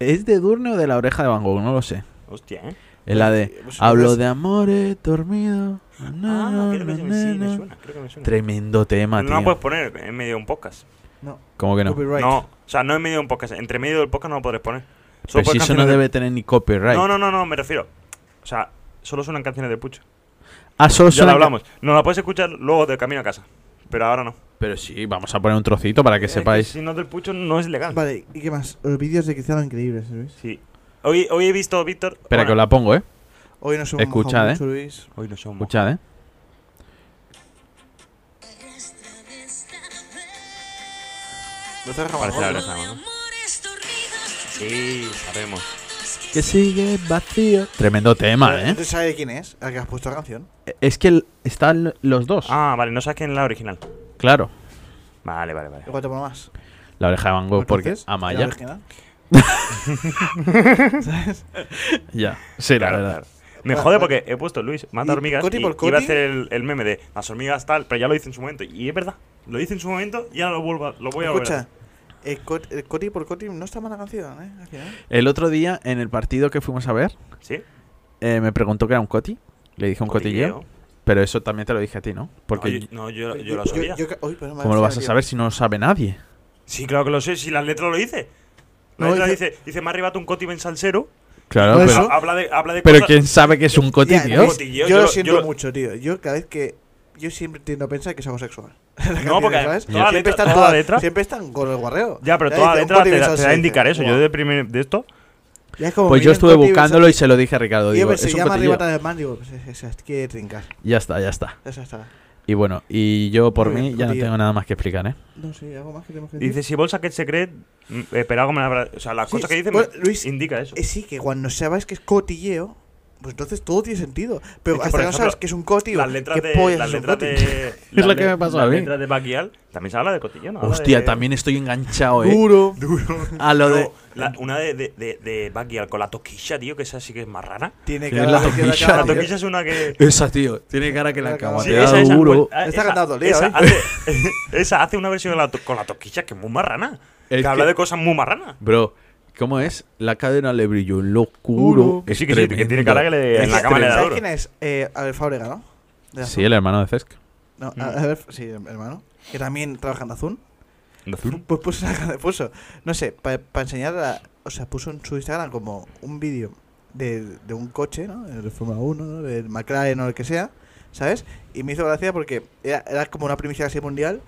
S1: ¿Es de Durne o de la oreja de Van Gogh? No lo sé.
S2: Hostia, ¿eh?
S1: Es la de...
S3: Eh, pues,
S1: Hablo
S3: pues,
S1: de amores dormidos. na,
S2: Ah,
S1: na,
S2: creo que sí,
S1: na,
S2: me- sí,
S1: na.
S2: me suena, creo que me suena.
S1: Tremendo tema,
S2: no pues, lo
S1: tío.
S2: puedes poner en medio de un podcast.
S3: No,
S1: ¿Cómo que no?
S3: copyright.
S2: No, o sea, no en medio de un podcast. Entre medio del podcast no lo podrás poner. Solo
S1: Pero si
S2: puedes
S1: eso no
S2: canciones de-
S1: debe tener ni copyright.
S2: No, no, no, no, me refiero. O sea, solo suenan canciones de Pucho.
S1: Ah, solo
S2: Ya
S1: suena-
S2: lo hablamos. No la puedes escuchar luego de camino a casa. Pero ahora no.
S1: Pero sí, vamos a poner un trocito para que
S2: Es
S1: sepáis.
S2: si no es del Pucho, no es legal.
S3: Vale, ¿y qué más? Los vídeos de Cristiano increíbles, ¿sabéis?
S2: Sí. Hoy, hoy he visto, Víctor.
S1: Espera que os la pongo, ¿eh?
S3: Hoy nos hemos
S1: Escuchad,
S3: mojado
S1: ¿eh?
S3: mucho, Luis.
S2: Hoy no somos.
S1: Escuchad, ¿eh?
S3: Lo está
S2: Parece la
S3: grabando.
S2: oreja, ¿no? Sí, sabemos.
S1: Que sigue vacío. Tremendo tema,
S3: Pero
S1: ¿eh?
S3: ¿Tú sabes quién es? Al que has puesto la canción.
S1: Es que el- están los dos.
S2: Ah, vale, no sabes quién es la original.
S1: Claro.
S2: Vale, vale, vale.
S3: Igual te pongo más.
S1: La oreja de Van Gogh, Pues porque
S3: Entonces, ¿era
S1: Amaya.
S3: original?
S1: Ya. Sí, la
S2: Claro,
S1: verdad.
S2: claro. Me jode porque he puesto Luis, mata
S3: Y
S2: hormigas.
S3: Coti
S2: y
S3: por Coti.
S2: Iba a hacer el, el meme de las hormigas tal, pero ya lo hice en su momento. Y es verdad, lo hice en su momento y ahora lo, vuelvo a- lo voy a volver. a
S3: Escucha,
S2: hacer.
S3: el Cot- el Coti por Coti no está mala canción, ¿eh? Al final.
S1: El otro día, en el partido que fuimos a ver,
S2: ¿Sí?
S1: eh, me preguntó que era un coti. Le dije un cotilleo. Pero eso también te lo dije a ti, ¿no? Porque,
S2: Porque no, yo, yo lo sabía.
S3: yo- yo- uy, pero me
S1: ¿cómo
S3: ha
S1: lo vas a
S3: salido.
S1: saber si no lo sabe nadie?
S2: Sí, claro que lo sé, si las letras lo hice. La
S3: No,
S2: letra
S3: dice-
S2: dice, dice, me ha arrebatado un coti bensalsero.
S1: Claro,
S3: No,
S1: pero,
S3: eso-
S2: Ha- Habla de, habla de
S1: Pues pero
S2: cosas-
S1: ¿quién sabe que es un coti,
S3: Ya,
S1: tío?
S3: Luis,
S2: Coti,
S3: yo,
S2: yo- yo
S3: lo
S2: lo-
S3: siento
S2: yo lo-
S3: mucho, tío. Yo cada vez que. Yo siempre tiendo a pensar que es homosexual. [LAUGHS]
S2: No, porque
S3: ¿sabes?
S2: toda letra-
S3: siempre, están
S2: toda
S3: todas-
S2: letra-
S3: Siempre están con el guarreo.
S2: Ya, pero
S3: Ya
S2: toda
S3: dice,
S2: la
S3: un
S2: letra te,
S3: Coti
S2: da-
S3: Bensalsero,
S2: te da a indicar
S3: dice,
S2: eso.
S3: "Buah".
S2: Yo de, primer, de esto,
S3: Ya es como
S1: Pues yo
S3: miren,
S1: estuve
S3: Coti
S1: buscándolo y se lo dije a Ricardo.
S3: Bensalsero. Y yo
S1: Digo,
S3: pensé,
S1: es un
S3: llama
S1: cotilleo.
S3: arriba del man, digo, pues es- es- es- quiere trincar.
S1: Ya está, ya está.
S3: Ya está.
S1: Y bueno, y yo por
S3: Muy
S1: mí
S3: bien,
S1: ya no
S3: cotilleo.
S1: tengo nada más que explicar, ¿eh?
S3: No sé, algo más que tenemos que decir.
S2: dice, si bolsa que secret, mm, eh, pero algo me la habrá- O sea, las
S3: Sí,
S2: cosas que dice
S3: bueno,
S2: me-
S3: Luis,
S2: indica eso.
S3: Eh, sí, que cuando sabes que es cotilleo, pues entonces todo tiene sentido. Pero
S2: Es que,
S3: hasta
S2: por
S3: que no
S2: ejemplo,
S3: sabes que es un coti,
S2: las letras de. Las letras de.
S1: [LAUGHS]
S2: las
S1: lo que
S2: le-
S1: me pasó a
S2: Las
S1: mí.
S2: letras de Baquial también se habla de cotillo, ¿no? Habla
S1: Hostia,
S2: de-
S1: también estoy enganchado, ¿eh?
S3: Duro.
S1: A lo de...
S2: Luego, la- una de, de, de, de Baquial con la toquilla, tío, que esa sí que es más rara.
S3: Tiene
S1: Tiene
S3: cara
S1: la
S3: de que
S1: toquilla,
S3: cara,
S2: La
S1: tío.
S2: toquilla es una que.
S1: Esa, tío. Tiene cara que la
S3: Sí,
S1: acaba.
S3: esa,
S1: duro.
S2: pues, ah,
S3: Está cantando, lío,
S2: esa,
S3: ¿eh?
S2: hace, [LAUGHS] esa hace una versión de la to- con la toquilla que es muy marrana.
S1: Es
S2: que, habla
S1: que-
S2: de cosas muy marranas.
S1: Bro, ¿cómo es? La cadena le brilló un locuro.
S2: Que sí, que sí, que tiene cara que le- en la
S3: ¿Sabes
S2: cama le da
S3: ¿Sabes
S2: duro.
S3: quién es? Eh, Abel Fábrega, ¿no? De
S1: Sí,
S3: Azul.
S1: el hermano de Cesc.
S3: No, a- Abel- sí, hermano. Que también trabaja en Azul.
S2: Azul.
S3: Pues puso una cara- puso, no sé, para enseñar a- O sea, puso en su Instagram como un vídeo de, de un coche, ¿no? De Fórmula 1, ¿no? Del McLaren o el que sea, ¿sabes? Y me hizo gracia porque era, era como una primicia así mundial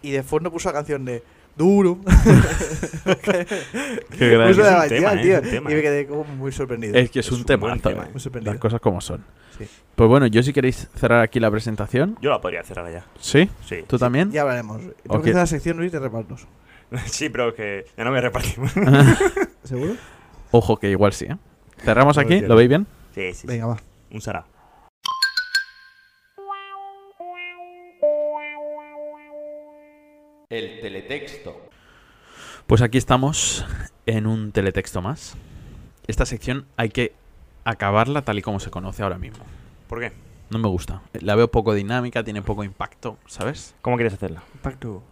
S3: y de fondo puso la canción de
S2: [LAUGHS]
S3: Duro.
S1: Qué
S2: grande.
S3: Puso
S2: es
S3: la
S2: un tema,
S3: canción,
S2: ¿eh?
S3: tío.
S2: Es un tema,
S3: y me
S2: ¿eh?
S3: quedé como muy sorprendido.
S1: Es que es,
S2: Es
S1: un
S2: un
S1: temazo.
S2: buen tema,
S1: eh.
S2: eh.
S3: Muy sorprendido.
S1: Las cosas como son.
S3: Sí.
S1: Pues bueno, yo si queréis cerrar aquí la presentación.
S2: Yo la podría cerrar ya.
S1: ¿Sí?
S2: Sí.
S1: ¿Tú también?
S3: Ya hablaremos. Tengo que
S1: Ok.
S3: hacer la sección, Luis, de repartos.
S2: [LAUGHS] Sí, pero es que ya no me repartimos.
S3: ¿Seguro?
S1: Ojo, que igual sí, ¿eh? Cerramos
S3: [LAUGHS] Muy
S1: aquí,
S3: bien.
S1: ¿lo veis bien?
S2: Sí, sí. sí.
S3: Venga, va.
S2: Un sarao.
S5: El teletexto.
S1: Pues aquí estamos en un teletexto más. Esta sección hay que acabarla tal y como se conoce ahora mismo.
S2: ¿Por qué?
S1: No me gusta. La veo poco dinámica, tiene poco impacto, ¿sabes?
S2: ¿Cómo quieres hacerla?
S3: Impacto.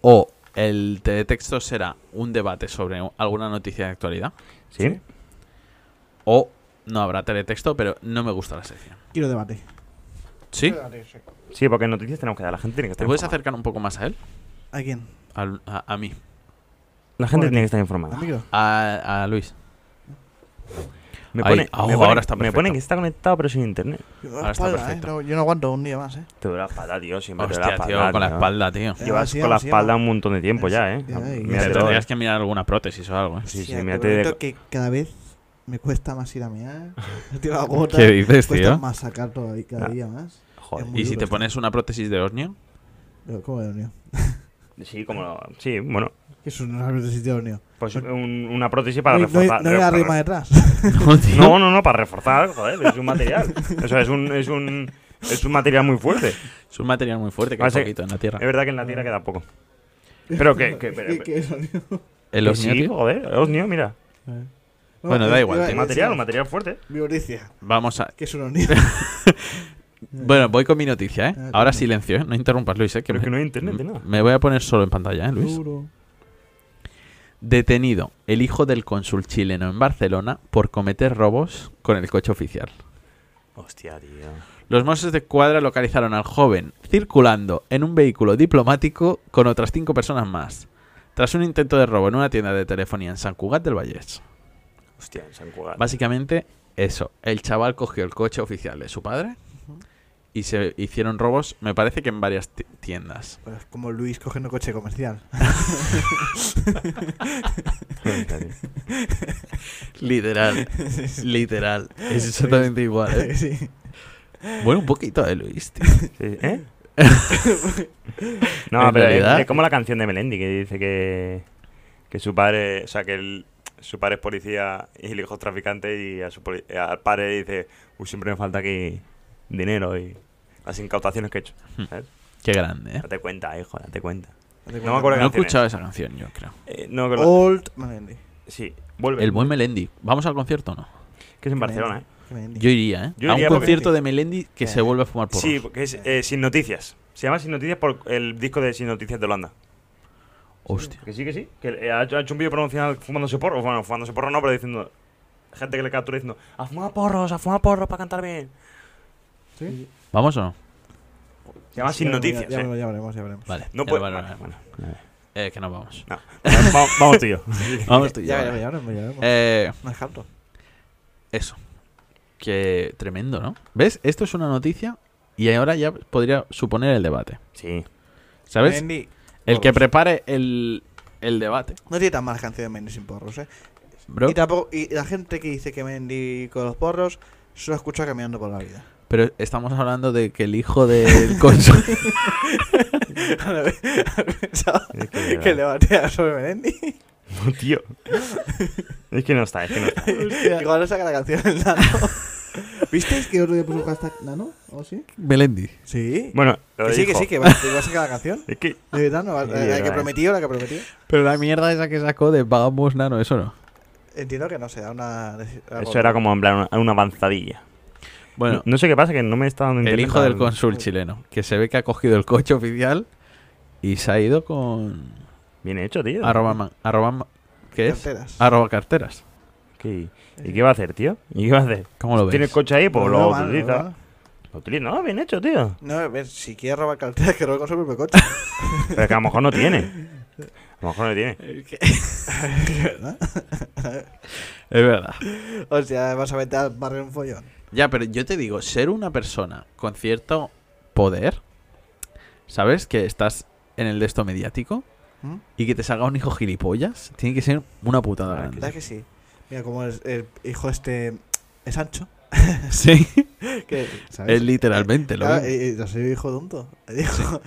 S1: O el teletexto será un debate sobre alguna noticia de actualidad.
S2: ¿Sí?
S1: O no habrá teletexto, pero no me gusta la sección.
S3: Quiero debate.
S1: ¿Sí?
S2: Sí, porque en noticias tenemos que dar. La gente tiene que estar
S1: ¿Te puedes
S2: informada.
S1: acercar un poco más a él?
S3: ¿A quién?
S1: Al- a, a mí.
S2: La gente
S3: Joder.
S2: tiene que estar
S3: ¿A
S2: informada.
S3: micro?
S1: A, a Luis.
S2: Me
S1: Ahí,
S2: pone,
S1: au,
S2: me pone-
S1: ahora está
S2: me
S1: perfecto.
S2: pone que está conectado pero sin internet.
S3: Yo,
S1: Ahora está
S3: espalda, ¿eh?
S1: perfecto.
S3: No, yo no aguanto un día más, ¿eh?
S2: Te duele la espalda, tío. Siempre te duele
S1: Hostia,
S2: la
S1: tío,
S2: espalda.
S1: con la
S2: tío.
S1: espalda, tío.
S3: Ya,
S2: Llevas
S3: sí,
S2: con la
S3: sí,
S2: espalda
S3: ya.
S2: un montón de tiempo ya, ¿eh?
S3: Ya, y-
S2: Mira,
S3: Te
S1: Te
S2: te lo-
S1: tendrías que mirar alguna prótesis o algo. ¿eh?
S2: Sí, sí,
S3: Hostia,
S2: mira,
S3: te
S2: te-
S3: prometo que cada vez me cuesta más ir a [LAUGHS] mear. Tío, la gota.
S1: ¿Qué dices,
S3: cuesta
S1: tío?
S3: más sacar todavía cada
S2: Ah.
S3: día más.
S2: Joder.
S3: Muy
S1: ¿Y si
S3: duro
S1: te
S3: esto.
S1: pones una prótesis de osnio?
S3: Pero, ¿Cómo de unión?
S2: Sí, como lo- Sí, bueno.
S3: Que es un árbitro de sitio de unión.
S2: Pues un- una prótesis para
S3: no, hay-
S2: reforzar.
S3: no hay una
S2: para-
S3: rima detrás.
S1: [LAUGHS] No, tío.
S2: [LAUGHS] No, no, no, para reforzar, joder, es un material. O sea, es un, es un, es un material muy fuerte.
S1: Es un material muy fuerte que
S2: Ah,
S1: hay
S2: sí.
S1: poquito en la
S2: Es
S1: tierra.
S2: verdad que en la tierra queda poco. Pero que.
S3: [LAUGHS]
S2: que- pero-
S3: ¿Qué, qué es unión?
S1: El
S2: que
S1: osnio,
S2: sí,
S1: tío.
S2: joder, osnio, mira.
S1: Bueno, da igual, tío.
S2: Material, un material fuerte.
S3: Violencia,
S1: Vamos a.
S3: que es un unión.
S1: Bueno, voy con mi noticia, ¿eh?
S3: Ah,
S1: Ahora
S3: coño.
S1: silencio, ¿eh? No interrumpas, Luis, ¿eh?
S2: Pero
S1: me-
S2: que no hay internet ni nada.
S1: Me voy a poner solo en pantalla, ¿eh, Luis?
S3: Duro.
S1: Detenido el hijo del cónsul chileno en Barcelona por cometer robos con el coche oficial.
S2: Hostia, tío.
S1: Los Mossos de Cuadra localizaron al joven circulando en un vehículo diplomático con otras cinco personas más, tras un intento de robo en una tienda de telefonía en San Cugat del Vallés.
S2: Hostia, en San [LAUGHS] Cugat.
S1: Básicamente, eso. El chaval cogió el coche oficial de su padre y se hicieron robos, me parece que en varias ti- tiendas.
S3: Bueno, es Pues como Luis cogiendo coche comercial.
S2: [LAUGHS]
S1: Literal, literal. Es exactamente igual. ¿eh?
S3: sí.
S1: Bueno, un poquito de
S2: [LAUGHS]
S1: Luis, tío.
S2: Sí,
S1: [LAUGHS]
S2: ¿Eh? no,
S1: En
S2: pero es-
S1: realidad-
S2: es como la canción de Melendi que dice que, que su padre, o sea, que el- su padre es policía y el hijo es traficante y a su poli- al padre le dice, uy, siempre me falta aquí dinero y las incautaciones que he hecho.
S1: Hmm.
S2: ¿sabes?
S1: Qué grande, ¿eh?
S2: Date cuenta, hijo, date cuenta.
S3: No
S2: me acuerdo
S1: No he
S2: canción ¿eh? es?
S1: escuchado esa canción, yo creo.
S2: Eh, no, que lo-
S3: Old Melendi.
S2: sí, vuelve.
S1: El buen Melendi. ¿Vamos al concierto o no?
S2: que es en Barcelona, ¿eh?
S3: Melendi.
S1: Yo iría, ¿eh?
S2: Yo
S1: a un
S2: iría porque-
S1: concierto de Melendi que se vuelve a fumar por
S2: Sí, porque es eh, Sin Noticias. Se llama Sin Noticias por el disco de Sin Noticias de Holanda.
S1: Hostia.
S2: Que sí, que sí. Que eh, ha hecho ha hecho un vídeo promocional fumándose porros. Bueno, fumándose porros no, pero diciendo. Gente que le captura diciendo: ¡A fumar porros! ¡A fumar porros para cantar bien!
S3: ¿Sí?
S1: ¿Vamos o no?
S2: Se llama Sin
S3: Ya-
S2: Noticias.
S3: Ya,
S2: eh.
S3: ya, ya veremos, ya veremos.
S1: Vale.
S2: No
S1: ya
S2: puede.
S1: lo
S2: Vale,
S1: valoraremos.
S2: bueno,
S1: Eh, que no vamos.
S2: no. Va- Vamos, tú y
S3: [LAUGHS]
S2: yo.
S1: Vamos tú y yo,
S3: Ya
S1: vale.
S3: veremos, ya veremos. ya veremos.
S1: Eh,
S3: No es harto.
S1: eso. Que tremendo, ¿no? ¿Ves? Esto es una noticia y ahora ya podría suponer el debate.
S2: Sí.
S1: ¿Sabes?
S3: Melendi
S1: El que
S3: porros.
S1: prepare el, el debate.
S3: No tiene tan malas canciones Melendi sin porros, ¿eh?
S1: Bro,
S3: Y tampoco. Y la gente que dice que Melendi con los porros solo escucha caminando por la vida.
S1: pero estamos hablando de que el hijo del cónsul...
S3: Ahora ve- ahora pensaba
S2: Es que,
S3: que le batea sobre Melendi.
S2: No, tío. es que no está, es que no está.
S3: Igual no saca la canción del nano. ¿Visteis que otro día puso hashtag nano? ¿O sí?
S1: Melendi.
S3: Sí.
S2: Bueno, lo
S3: que sí, que
S2: dijo.
S3: sí, que va, que va a sacar la canción.
S2: Es que.
S3: De verdad, no, la, la
S2: verdad,
S3: que
S2: eh.
S3: prometió, la que prometió.
S1: Pero la mierda esa que sacó de Vamos Nano, eso no.
S3: Entiendo que no sea una.
S2: Eso era como en plan una, una avanzadilla.
S1: Bueno,
S2: no, no sé qué pasa, que no me está dando
S1: el
S2: internet
S1: hijo del
S2: al-
S1: cónsul chileno, que se ve que ha cogido el coche oficial y se ha ido con
S2: Bien hecho, tío.
S1: arroba, man- arroba ma- ¿qué es? Ah,
S3: Carteras.
S1: Arroba carteras.
S2: ¿Qué- ¿Y qué va a hacer, tío? ¿Y qué va a hacer?
S1: ¿Cómo lo
S2: Tiene el
S1: ves?
S2: coche ahí, pues
S3: No,
S2: lo
S3: no, mal, no,
S2: utiliza.
S3: mal.
S2: Lo utiliza. No, bien hecho, tío.
S3: No, a ver, si quiere robar carteras, que robe con su propio coche. [LAUGHS]
S2: Pero es que a lo mejor no tiene. A lo mejor no tiene.
S3: ¿verdad?
S1: [LAUGHS] Es verdad.
S3: o sea, vas a meter al barrio un follón.
S1: Ya, pero yo te digo, ser una persona con cierto poder, ¿sabes? Que estás en el de esto mediático
S3: ¿Mm?
S1: y que te salga un hijo gilipollas, tiene que ser una putada
S2: Ah,
S1: grande.
S3: ¿Verdad que sí? Mira, como el, el hijo este. Es Sancho.
S1: [LAUGHS]
S3: [LAUGHS]
S1: Sí,
S3: Que, ¿sabes?
S1: es literalmente lo
S3: Claro,
S1: mismo.
S3: y- y no soy hijo tonto. [LAUGHS] El hijo.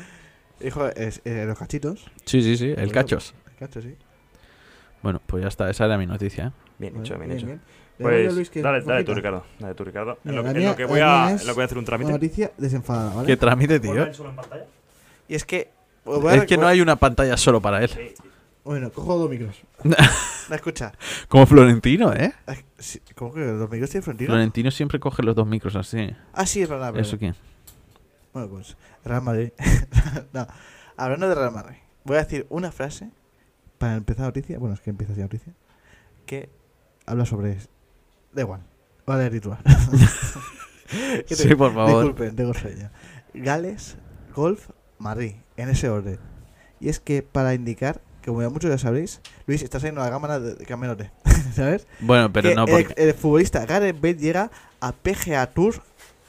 S3: el hijo es, eh, los cachitos.
S1: Sí, sí, sí,
S3: eh,
S1: el cachos.
S3: El cacho, sí.
S1: Bueno, pues ya está, esa era mi noticia. ¿eh?
S2: Bien
S3: Bueno,
S2: hecho, bien,
S3: bien,
S2: hecho.
S3: bien. Le doy a
S2: Pues
S3: Luis que
S2: dale, dale tú,
S3: poquita.
S2: Ricardo. Dale tú, Ricardo. En
S3: Mira,
S2: lo,
S3: la
S2: que- en
S3: mía-
S2: lo que voy
S3: la
S2: a,
S3: mía
S2: en
S3: es
S2: lo que voy a hacer un
S3: Una
S2: trámite.
S3: noticia desenfadada, ¿vale? Pues
S1: ¿Qué trámite, tío?
S3: Y es que. os voy a
S1: Es que no
S3: recordar-
S1: hay una pantalla solo para él.
S3: Bueno, cojo dos micros. No, escucha.
S1: [LAUGHS] Como Florentino, ¿eh?
S3: Ah, sí, ¿Cómo que los micros tienen frontera?
S1: Florentino siempre coge los dos micros así.
S3: Ah, sí, es verdad. es
S1: ¿Eso
S3: verdad. [LAUGHS]
S1: quién?
S3: Bueno, pues. Real Madrid. [LAUGHS] no. Hablando de Real Madrid, voy a decir una frase para empezar la noticia. Bueno, es que empieza así la noticia. Que habla sobre. Da igual. Vale, [LAUGHS] ritual. ¿Qué te-
S1: Sí, por favor.
S3: Disculpen, tengo sueño. Gales, Golf, Madrid, en ese orden. Y es que para indicar que como ya muchos ya sabréis, Luis está saliendo a la cámara de, de Camerote, [LAUGHS] ¿sabes?
S1: Bueno, pero
S3: Que
S1: no
S3: el,
S1: porque.
S3: el futbolista Gareth Bale llega a PGA Tour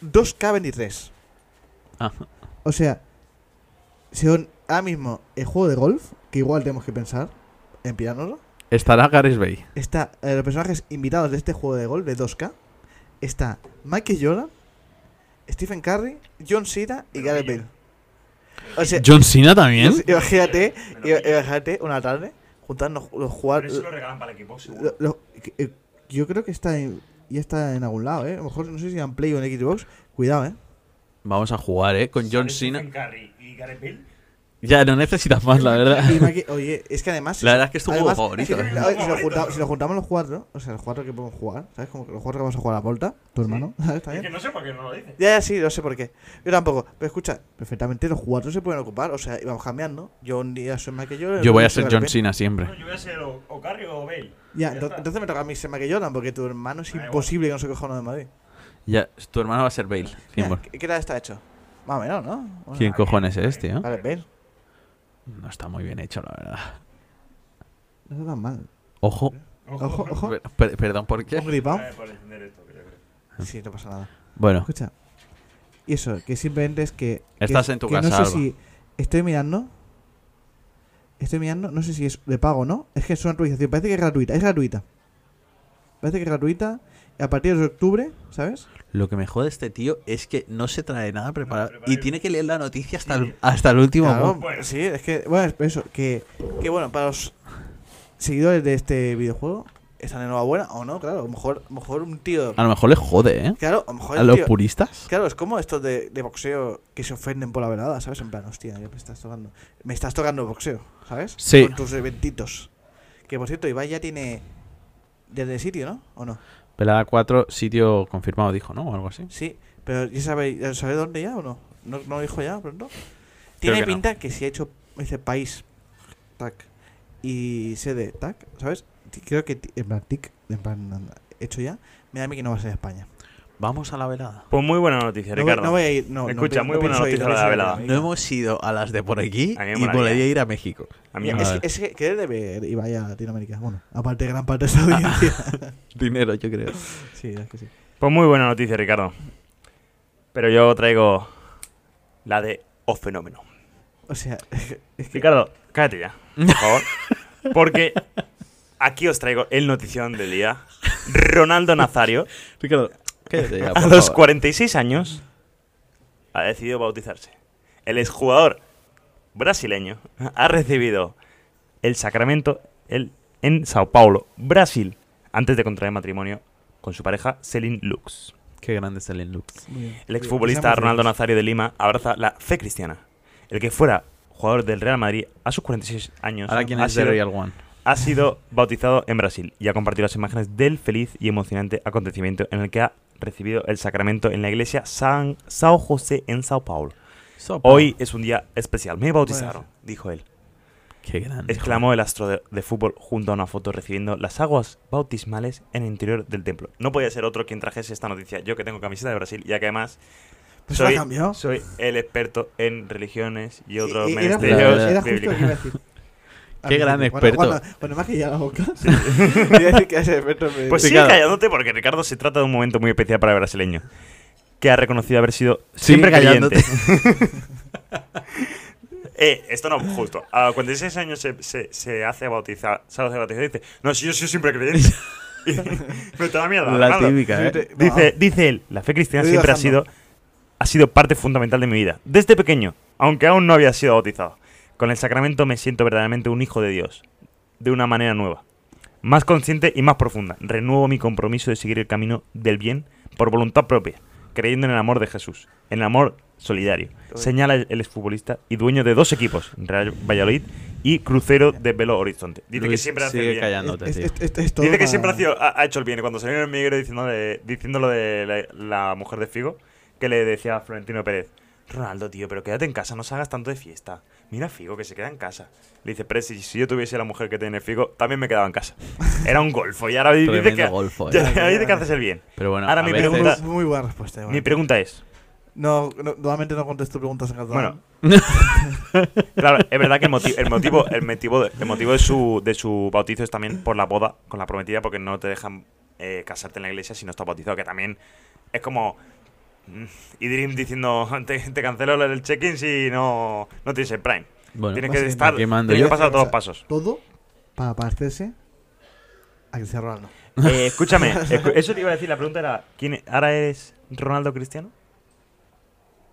S3: 2K23.
S1: Ah,
S3: O sea, según ahora mismo el juego de golf, que igual tenemos que pensar en pirárnoslo,
S1: estará Gareth Bay.
S3: está eh, los personajes invitados de este juego de golf de 2K, está Michael Jordan, Stephen Curry, John Cena y Gareth Bale. O sea,
S1: John Cena también.
S3: [LAUGHS] imagínate, imagínate una tarde juntarnos los
S2: Pero
S3: jugadores.
S2: eso lo regalan para el equipo. seguro.
S3: Lo- lo- eh, yo creo que está en, ya está en algún lado, ¿eh? A lo mejor no sé si en Play o en Xbox. Cuidado, ¿eh?
S1: Vamos a jugar, ¿eh? Con John
S2: Sale
S1: Cena.
S2: Stephen Curry y Gareth Bale.
S1: Ya, no necesitas más, la verdad.
S3: Y Maki- oye, es que además.
S1: La verdad es que es tu juego
S3: además,
S1: favorito,
S3: Si,
S1: ¿eh?
S3: a ver, si lo junta- si lo juntamos los cuatro, o sea, los cuatro que podemos jugar, ¿sabes? Como que los cuatro que vamos a jugar a la volta, tu hermano, ¿sabes?
S2: Es que
S3: También.
S2: no sé por qué no lo dice.
S3: Ya, ya, sí, no sé por qué. Yo tampoco. Pero escucha, perfectamente los cuatro se pueden ocupar, o sea, íbamos cambiando. Yo un día soy Michael Jordan.
S1: [LAUGHS] Yo
S3: otro
S1: voy
S3: día
S1: a
S3: soy
S1: ser
S3: Gareth
S1: John
S3: Bale.
S1: Cena
S2: Bueno,
S1: siempre.
S2: yo voy a ser o, o Curry o Bale.
S3: Ya,
S2: Ya
S3: ento-
S2: está.
S3: entonces me toca a mí ser Michael Jordan, porque tu hermano es
S2: Da Ah, igual.
S3: imposible que no se coja uno de Madrid.
S1: Ya, tu hermano va a ser Bale.
S3: Mira,
S1: 100%.
S3: ¿Qué qué tal está hecho? Más o menos, ¿no? Bueno,
S1: ¿Quién cojones es, tío?
S3: Gareth Bale.
S1: No está muy bien hecho, la verdad.
S3: No está tan mal.
S1: Ojo.
S3: Ojo,
S2: [LAUGHS]
S3: ojo.
S1: Per- per- perdón, ¿por
S3: Un
S1: qué?
S3: gripao.
S2: Eh, por entender esto, que yo creo.
S3: Sí, no pasa nada.
S1: Bueno,
S3: Escucha. Y eso, que simplemente es que. que-
S1: Estás en tu
S3: que
S1: casa,
S3: No sé
S1: Alba.
S3: si. Estoy mirando. Estoy mirando, no sé si es de pago o no. Es que es una actualización, parece que es gratuita. Es gratuita. Parece que es gratuita. y A partir de octubre, ¿sabes?
S1: lo que me jode este tío es que no se trae nada preparado
S2: No,
S1: y
S2: preparado.
S1: tiene que leer la noticia hasta el, hasta el último
S3: Claro,
S1: momento.
S2: bueno.
S3: sí, es que. Bueno, es- eso, que. Que bueno, para los seguidores de este videojuego, están de enhorabuena o no, claro. A lo mejor, a lo mejor un tío.
S1: A lo mejor le jode, ¿eh?
S3: Claro, a lo mejor
S1: A
S3: el
S1: los
S3: tío-
S1: puristas.
S3: Claro, es como estos de, de boxeo que se ofenden por la velada, ¿sabes? En plan, hostia, ya me estás tocando. Me estás tocando boxeo, ¿sabes?
S1: Sí.
S3: Con tus eventitos. Que por cierto, Ibai ya tiene. Desde sitio, ¿no? ¿O no?
S1: Pelada 4, sitio confirmado, dijo, ¿no? O algo así.
S3: Sí, pero ¿ya sabéis ya sabéis dónde ya o no? ¿No, no lo dijo ya pronto?
S1: Creo
S3: Tiene
S1: que no.
S3: pinta que si ha hecho ese país, tac, y sede, tac, ¿sabes? Ti- Creo que, ti- en plan, tic, en plan, hecho ya, me da a mí que no va a ser España.
S1: Vamos a la velada.
S2: Pues muy buena noticia,
S3: No voy,
S2: Ricardo.
S3: no voy a ir, no. no
S2: Escucha,
S3: pi-
S2: muy
S3: no
S2: buena
S3: pienso ir,
S2: noticia
S3: no
S2: la de la
S3: pienso ir a
S2: velada.
S1: No hemos ido a las de por aquí
S2: A mí me
S1: y
S2: molaría.
S1: podría ir a México.
S2: A mí
S3: Ya,
S2: me
S3: es,
S1: Vale.
S3: que- es que, que debe ir vaya a Latinoamérica. Bueno, aparte, gran parte de esa audiencia.
S1: Ah. Dinero, yo
S2: [LAUGHS]
S1: creo.
S3: sí, es que sí.
S2: Pues muy buena noticia, Ricardo. Pero yo traigo la de O Fenómeno.
S3: [LAUGHS] O sea, [LAUGHS] es que.
S2: Ricardo, cállate ya,
S1: [LAUGHS]
S2: por favor. Porque aquí os traigo el notición del día. Ronaldo Nazario,
S1: Ricardo, cállate ya,
S2: [LAUGHS] a
S1: por
S2: los
S1: favor.
S2: 46 años, ha decidido bautizarse. El exjugador brasileño ha recibido el sacramento el- en Sao Paulo, Brasil, antes de contraer matrimonio con su pareja Celine Lux.
S1: Qué grande es el Lux.
S3: Muy bien.
S2: El exfutbolista
S3: Estamos
S2: Ronaldo
S3: felices.
S2: Nazario de Lima abraza la fe cristiana. El que fuera jugador del Real Madrid a sus 46 años
S1: Ahora, ¿quién
S2: ha,
S1: es de
S2: sido,
S1: Royal One?
S2: ha sido bautizado en Brasil y ha compartido las imágenes del feliz y emocionante acontecimiento en el que ha recibido el sacramento en la iglesia San Sao José en Sao Paulo. Hoy es un día especial. Me bautizaron, dijo él.
S1: Qué grande.
S2: Exclamó el astro de, de fútbol junto a una foto recibiendo las aguas bautismales en el interior del templo. No podía ser otro quien trajese esta noticia. Yo que tengo camiseta de Brasil, ya que además
S3: Pues
S2: soy,
S3: ha cambiado.
S2: soy el experto en religiones y
S3: Y-
S2: otros
S3: y- era, justo,
S1: menesteros
S3: era
S2: ministerios
S3: justo lo que
S2: bíblicos.
S3: iba a decir.
S1: [LAUGHS] Qué gran
S3: Cuando-
S1: experto.
S3: Cuando, cuando me ha callado
S2: [LAUGHS]
S3: la boca. [LAUGHS] Iba a decir que ese experto me-
S2: Pues sigue
S1: Ricardo.
S2: callándote porque Ricardo se trata de un momento muy especial para el brasileño. Que ha reconocido haber sido
S1: Sigue
S2: siempre
S1: callándote.
S2: caliente. [LAUGHS] Eh, esto no, justo. A los 46 años se, se, se hace bautizar. Se hace bautizar y dice: No, si yo soy
S1: [LAUGHS]
S2: siempre creyente. [LAUGHS] Y- Pero te da
S1: [LAUGHS]
S2: mierda.
S1: La
S2: Ronaldo.
S1: típica, ¿eh?
S3: Siempre-
S2: Dice,
S3: no,
S2: dice él, la fe cristiana
S3: Ah. Lo he ido
S2: siempre ha
S3: bajando.
S2: sido, ha sido parte fundamental de mi vida, desde pequeño, aunque aún no había sido bautizado. Con el sacramento me siento verdaderamente un hijo de Dios, de una manera nueva, más consciente y más profunda. Renuevo mi compromiso de seguir el camino del bien por voluntad propia, creyendo en el amor de Jesús, en el amor solidario. Señala el el exfutbolista y dueño de dos equipos, Real Valladolid y Crucero de Belo Horizonte. Dice que
S1: Luis,
S2: siempre hace
S1: sigue
S2: bien.
S1: callándote,
S3: es-
S1: tío.
S3: es- es- es todo
S2: Dice que
S3: para-
S2: siempre ha, sido- ha- ha hecho el bien. Y Cuando salió en el miguero diciendo, de- diciendo lo de la, la mujer de Figo, que le decía a Florentino Pérez, Ronaldo, tío, pero quédate en casa, no salgas tanto de fiesta. Mira a Figo, que se queda en casa. Le dice, pero si, si yo tuviese la mujer que tiene Figo, también me quedaba en casa. Era un golfo. Y ahora dice
S1: Tremendo
S2: que,
S1: golfo, ¿eh?
S2: ya- dice que haces el bien.
S1: Pero bueno,
S2: Ahora
S1: a este,
S2: mi
S1: veces-
S2: pregunta-
S3: Muy, muy buena respuesta.
S2: Mi
S3: bueno.
S2: pregunta es,
S3: No, no, normalmente no contesto preguntas en catalán.
S2: Bueno. Claro, es verdad que el motivo, el motivo, el motivo, de, el motivo de, su, de su bautizo es también por la boda con la prometida, porque no te dejan eh, casarte en la iglesia si no estás bautizado, que también es como mm, Idrim diciendo, te, te cancelo el check-in si no, no tienes el Prime.
S1: Bueno, pues
S2: tienes
S3: más
S2: que
S3: bien,
S2: estar,
S1: aquí mando
S2: tienes
S1: yo.
S2: que pasar todos los
S3: O sea,
S1: [LAUGHS]
S2: pasos.
S3: Todo para parecerse a Cristiano Ronaldo.
S2: Eh, escúchame, escu-
S1: [LAUGHS]
S2: eso te iba a decir, la pregunta era, ¿quién, e- ¿ahora eres Ronaldo Cristiano?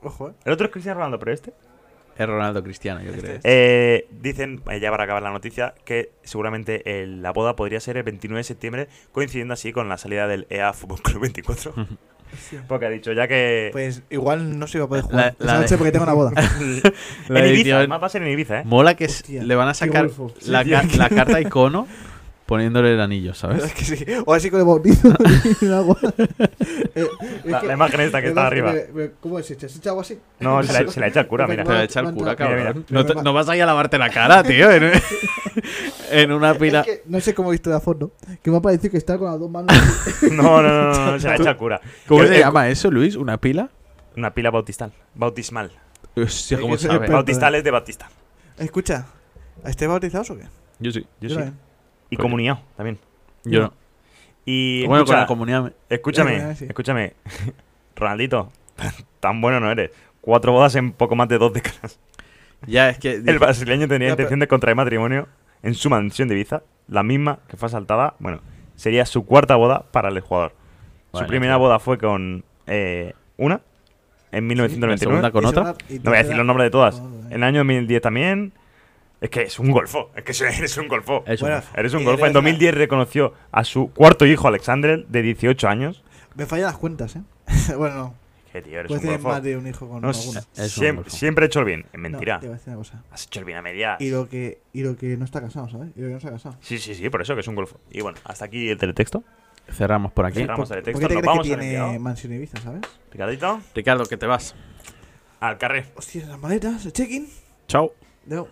S3: Ojo, eh.
S2: El otro es Cristiano Ronaldo, pero este...
S1: es Ronaldo Cristiano, yo creo.
S3: Este.
S2: Eh, dicen, eh, ya para acabar la noticia, que seguramente el- la boda podría ser el 29 de septiembre, coincidiendo así con la salida del EA Fútbol
S1: [LAUGHS]
S2: Club 24. Porque ha dicho, ya que.
S3: Pues igual no se iba a poder
S1: La-
S3: jugar
S1: la
S3: esa
S1: de-
S3: noche porque tengo una boda.
S1: [LAUGHS] La
S2: en Ibiza,
S1: edición- Mm.
S2: además va a ser en Ibiza, ¿eh?
S1: Mola que s-
S3: Hostia,
S1: le van a sacar
S3: qué golfo.
S1: la,
S3: Sí,
S1: ca-
S3: tío.
S1: la carta
S2: [LAUGHS]
S1: icono poniéndole el anillo, ¿sabes?
S3: Es que sí. O así con el bautizo y el agua. Eh, es
S2: La,
S3: que-
S2: la imagen esta que está
S3: además,
S2: arriba.
S3: me- me- ¿Cómo es hecha? ¿Se echa agua así?
S2: No, se la, se la echa el cura, mira.
S1: Te va a echar
S3: Manta.
S1: cura,
S2: Mira,
S1: cabrón.
S3: mira.
S1: No, te- no vas a ir a lavarte la cara, tío, en, [LAUGHS] en una pila.
S3: Es que no sé cómo he visto de a fondo. Que me ha parecido que está con las dos manos. así.
S2: [LAUGHS] No, no, no, no, no, se la echa el cura.
S1: ¿Cómo
S2: Que-
S1: se
S2: eh,
S1: llama eso, Luis? ¿Una pila?
S2: Una pila bautistal. Bautismal.
S1: Hostia,
S3: Sí,
S1: ¿cómo
S3: que se
S1: sabe?
S3: Pero, pe-
S2: Bautistal es de Batista.
S3: Escucha, ¿estáis bautizados o qué?
S1: Yo sí.
S2: Yo
S3: Yo
S2: sí.
S3: también.
S2: Y
S1: Porque-
S2: comunión también.
S1: Yo no.
S2: Y.
S1: Bueno, con
S2: escucha,
S1: la comunidad. me-
S2: Escúchame,
S3: Ya, Ah, sí.
S2: escúchame. [LAUGHS] Ronaldito, [LAUGHS] tan bueno no eres. Cuatro bodas en poco más de dos décadas.
S1: Ya, es que.
S2: El brasileño tenía
S3: Ya,
S2: intención de contraer matrimonio en su mansión de Ibiza, la misma que fue asaltada. Bueno, sería su cuarta boda para el jugador.
S1: Vale,
S2: su primera
S1: tío.
S2: boda fue con eh, una en
S1: La segunda
S2: 1999.
S1: con
S3: Y
S1: otra.
S3: segunda- y
S2: No voy a decir
S3: tercera-
S2: los nombres de todas.
S3: Joder.
S2: En el año 2010 también. Es que es un golfo. Es que [LAUGHS] eres un golfo.
S1: Eso.
S3: Bueno,
S2: Eres un
S3: y
S2: golfo. En
S3: eres-
S2: 2010 reconoció a su cuarto hijo, Alexander, de 18 años.
S3: Me fallan las cuentas, ¿eh? [LAUGHS] bueno, no.
S2: Que tío, eres
S3: Puedes
S2: un
S3: tener
S2: golfo.
S3: más Pues de un hijo con
S2: No,
S3: alguna.
S2: siem-
S1: Es un
S2: siempre,
S1: golfo.
S2: he hecho el bien. Es mentira.
S3: No, te voy a decir una cosa.
S2: Has hecho el bien a medias.
S3: Y lo, que, y lo que no está casado, ¿sabes? Y lo que no está casado.
S2: Sí, sí, sí, por eso que es un golfo. Y bueno, hasta aquí el teletexto.
S1: Cerramos por aquí.
S2: Cerramos el
S3: ¿Por
S2: teletexto.
S3: qué te
S2: Nos
S3: crees que
S2: vamos al
S3: tiene
S2: enviado.
S3: mansión Ibiza, sabes?
S2: Ricardito,
S1: Ricardo, que te vas.
S2: al carrer.
S3: Hostia, las maletas, el check-in.
S1: Chao.
S3: No.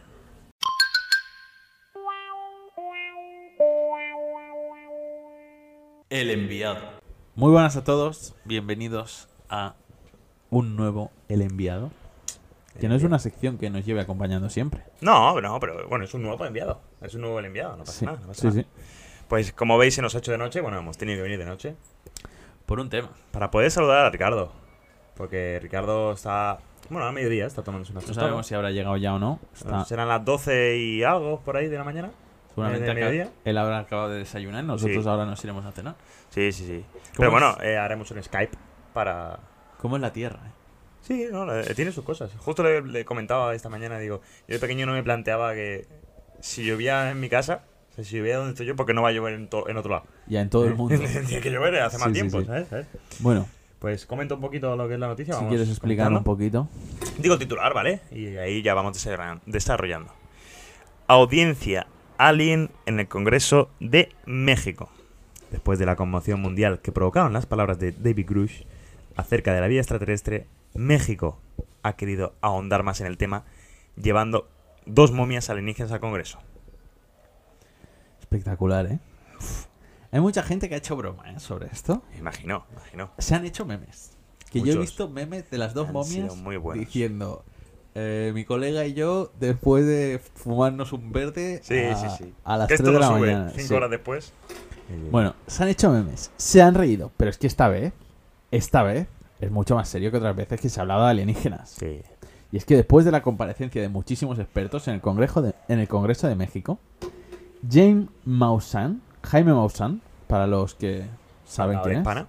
S1: El enviado. Muy buenas a todos. Bienvenidos a un nuevo El enviado. Que no es una sección que nos lleve acompañando siempre.
S2: No, no, pero bueno, es un nuevo enviado. Es un nuevo el enviado, no pasa nada. no pasa
S1: sí,
S2: nada.
S1: sí.
S2: Pues como veis, se nos ha hecho de noche. Bueno, hemos tenido que venir de noche.
S1: Por un tema.
S2: Para poder saludar a Ricardo. Porque Ricardo está. Bueno, a mediodía está tomándose una
S1: No
S2: tostada.
S1: sabemos si habrá llegado ya o no. Está,
S2: Serán las 12 y algo por ahí de la mañana.
S1: seguramente
S2: ¿De
S1: acá-
S2: mediodía?
S1: él habrá acabado de desayunar. Nosotros
S2: Sí.
S1: ahora nos iremos a cenar.
S2: Sí, sí, sí. Pero
S1: es?
S2: bueno, eh, haremos un Skype para,
S1: ¿Cómo es la tierra? eh?
S2: Sí, no, eh, tiene sus cosas. Justo le, le comentaba esta mañana, digo, yo de pequeño no me planteaba que si llovía en mi casa, o sea, si llovía donde estoy yo, porque no va a llover en, to- en otro lado.
S1: Ya en todo el
S2: [LAUGHS]
S1: mundo.
S2: Tiene que llover hace más
S1: Sí, sí,
S2: tiempo,
S1: sí.
S2: ¿sabes? ¿sabes?
S1: Bueno,
S2: Pues comenta un poquito lo que es la noticia.
S1: si
S2: vamos
S1: quieres explicar un
S2: comentando.
S1: poquito.
S2: Digo el titular, ¿vale? Y ahí ya vamos desarrollan- desarrollando. Audiencia Alien en el Congreso de México. Después de la conmoción mundial que provocaron las palabras de David Grush acerca de la vida extraterrestre, México ha querido ahondar más en el tema, llevando dos momias alienígenas al Congreso.
S1: Espectacular, ¿eh? Hay mucha gente que ha hecho broma ¿eh? sobre esto.
S2: Imagino, imagino.
S1: Se han hecho memes. Que yo he
S2: Muchos.
S1: visto memes de las dos
S2: Han
S1: momias
S2: sido muy buenos.
S1: diciendo, eh, mi colega y yo, después de fumarnos un verde
S2: Sí,
S1: a,
S2: sí, sí.
S1: a las
S2: Que
S1: 3 de la mañana.
S2: cinco
S1: sí.
S2: horas después.
S1: Bueno, se han hecho memes, se han reído, pero es que esta vez, esta vez, es mucho más serio que otras veces que se ha hablado de alienígenas.
S2: Sí.
S1: Y es que después de la comparecencia de muchísimos expertos en el Congreso de, en el Congreso de México, James Maussan, Jaime Maussan, para los que saben
S2: Habla
S1: quién es,
S2: hispana.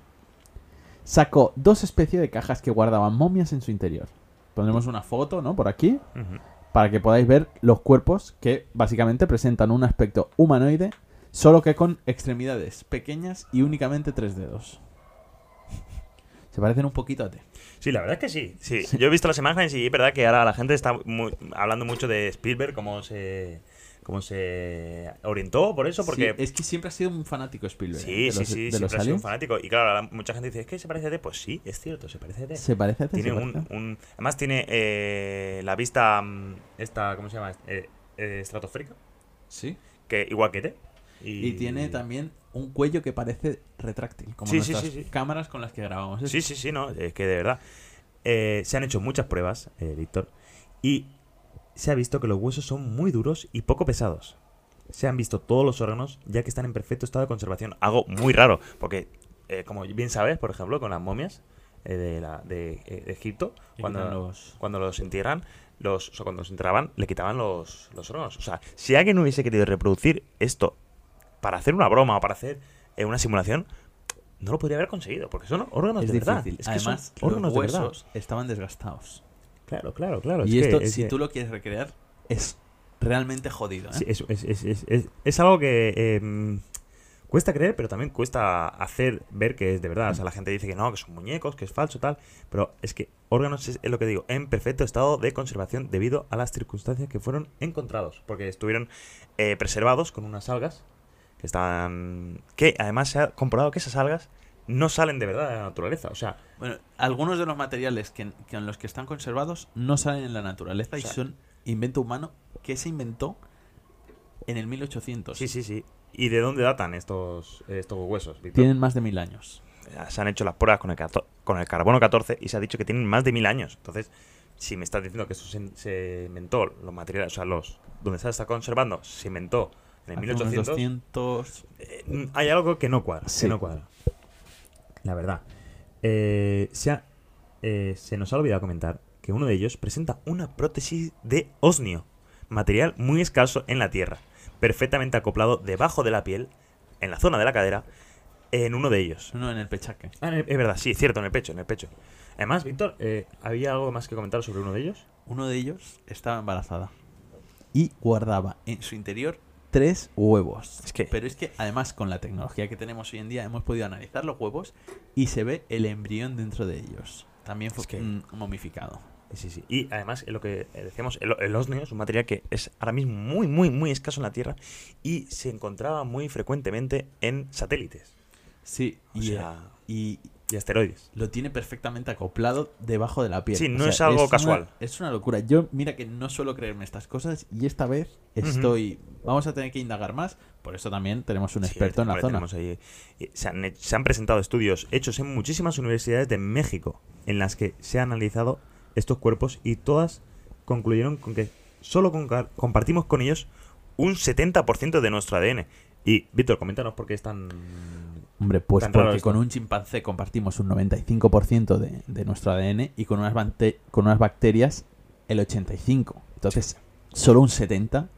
S1: sacó dos especies de cajas que guardaban momias en su interior. Pondremos una foto, ¿no? Por aquí,
S2: Ujú.
S1: para que podáis ver los cuerpos que básicamente presentan un aspecto humanoide, solo que con extremidades pequeñas y únicamente tres dedos. [LAUGHS] Se parecen un poquito a ti.
S2: Sí, la verdad es que sí. Sí, yo he visto las imágenes y es verdad que ahora la gente está mu- hablando mucho de Spielberg, cómo se, cómo se orientó por eso, porque...
S1: Sí, es que siempre ha sido un fanático Spielberg. ¿eh?
S2: Sí,
S1: de
S2: sí,
S1: los-
S2: sí,
S1: de los
S2: siempre ha sido un
S1: aliens.
S2: fanático. Y claro, ahora mucha gente dice, es que se parece a T. Pues sí, es cierto, se parece a T.
S1: Se parece a ti,
S2: Tiene
S1: se
S2: un,
S1: parece.
S2: un- Además tiene eh, la vista, mm, esta, ¿cómo se llama? Eh, eh, estratosférica,
S1: Sí.
S2: que igual que T.
S1: Y... tiene también un cuello que parece retráctil, como
S2: Sí, sí,
S1: nuestras
S2: sí, sí.
S1: cámaras con las que grabamos.
S2: Sí, sí, sí, no, es que de verdad. eh, se han hecho muchas pruebas, eh, Víctor, y se ha visto que los huesos son muy duros y poco pesados. Se han visto todos los órganos ya que están en perfecto estado de conservación. Algo muy raro, porque eh, como bien sabes, por ejemplo, con las momias eh, de, la- de, eh, de Egipto,
S1: Le
S2: cuando
S1: quitan los-
S2: cuando los entierran, los, o sea, cuando los enterraban, le quitaban los, los órganos. O sea, si alguien hubiese querido reproducir esto para hacer una broma o para hacer eh, una simulación, no lo podría haber conseguido, porque son órganos
S1: es
S2: de verdad.
S1: difícil.
S2: Es que son
S1: Además,
S2: órganos
S1: los
S2: de verdad.
S1: huesos estaban desgastados.
S2: Claro, claro, claro.
S1: y
S2: es que-
S1: esto,
S2: es
S1: si
S2: que-
S1: tú lo quieres recrear, es realmente jodido. ¿eh?
S2: sí, es, es- es- es- es- es algo que eh, cuesta creer, pero también cuesta hacer ver que es de verdad. O sea, la gente dice que no, que son muñecos, que es falso, tal. Pero es que órganos es, es lo que digo, en perfecto estado de conservación debido a las circunstancias que fueron encontrados. Porque estuvieron eh, preservados con unas algas que están. que además se ha comprobado que esas algas no salen de verdad de la naturaleza. O sea,
S1: Bueno, algunos de los materiales que, que en los que están conservados no salen en la naturaleza
S2: O sea-
S1: y son invento humano que se inventó en el 1800.
S2: sí, sí, sí. ¿Y de dónde datan estos, estos huesos, Víctor?
S1: Tienen más de mil años.
S2: eh, se han hecho las pruebas con el, cato- con el carbono 14 y se ha dicho que tienen más de mil años. Entonces, si me estás diciendo que eso se, se inventó, los materiales, o sea, los donde se está conservando, se inventó en el
S1: Hace unos
S2: 1800,
S1: 200.
S2: eh, mm, hay algo que no cuadra.
S1: Sí.
S2: Que no cuadra. La verdad. Eh, se, ha- eh, se nos ha olvidado comentar que uno de ellos presenta una prótesis de osnio, material muy escaso en la Tierra, perfectamente acoplado debajo de la piel, en la zona de la cadera, en uno de ellos.
S1: No, en el pechaque.
S2: Ah, en el- es verdad, sí, cierto, en el pecho, en el pecho. Además, Víctor, eh, ¿había algo más que comentar sobre uno de ellos?
S1: Uno de ellos estaba embarazada y guardaba en su interior tres huevos.
S2: Es que-
S1: Pero es que además con la tecnología que tenemos hoy en día hemos podido analizar los huevos y se ve el embrión dentro de ellos. También fue
S2: Es que-
S1: mm, momificado.
S2: Sí, sí. Y además, eh, lo que eh, decíamos, el, el osnio es un material que es ahora mismo muy, muy, muy escaso en la Tierra y se encontraba muy frecuentemente en satélites
S1: Sí,
S2: O
S1: y,
S2: sea-
S1: y
S2: y asteroides.
S1: lo tiene perfectamente acoplado debajo de la piel.
S2: Sí, no es algo
S1: una-
S2: casual.
S1: es una locura. Yo, mira que no suelo creerme estas cosas y esta vez
S2: Ujú.
S1: estoy... Vamos a tener que indagar más. Por eso también tenemos un
S2: Sí,
S1: experto en la
S2: hombre,
S1: zona.
S2: tenemos ahí- eh, se, han, he- se han presentado estudios hechos en muchísimas universidades de México en las que se han analizado estos cuerpos y todas concluyeron con que solo con- compartimos con ellos un 70% de nuestro ADN. Y, Víctor, coméntanos por qué es tan...
S1: Hombre, pues
S2: Tan raro
S1: porque
S2: esto.
S1: con un chimpancé compartimos un 95% de, de nuestro ADN y con unas, bante- con unas bacterias el 85%. Entonces, solo un 70%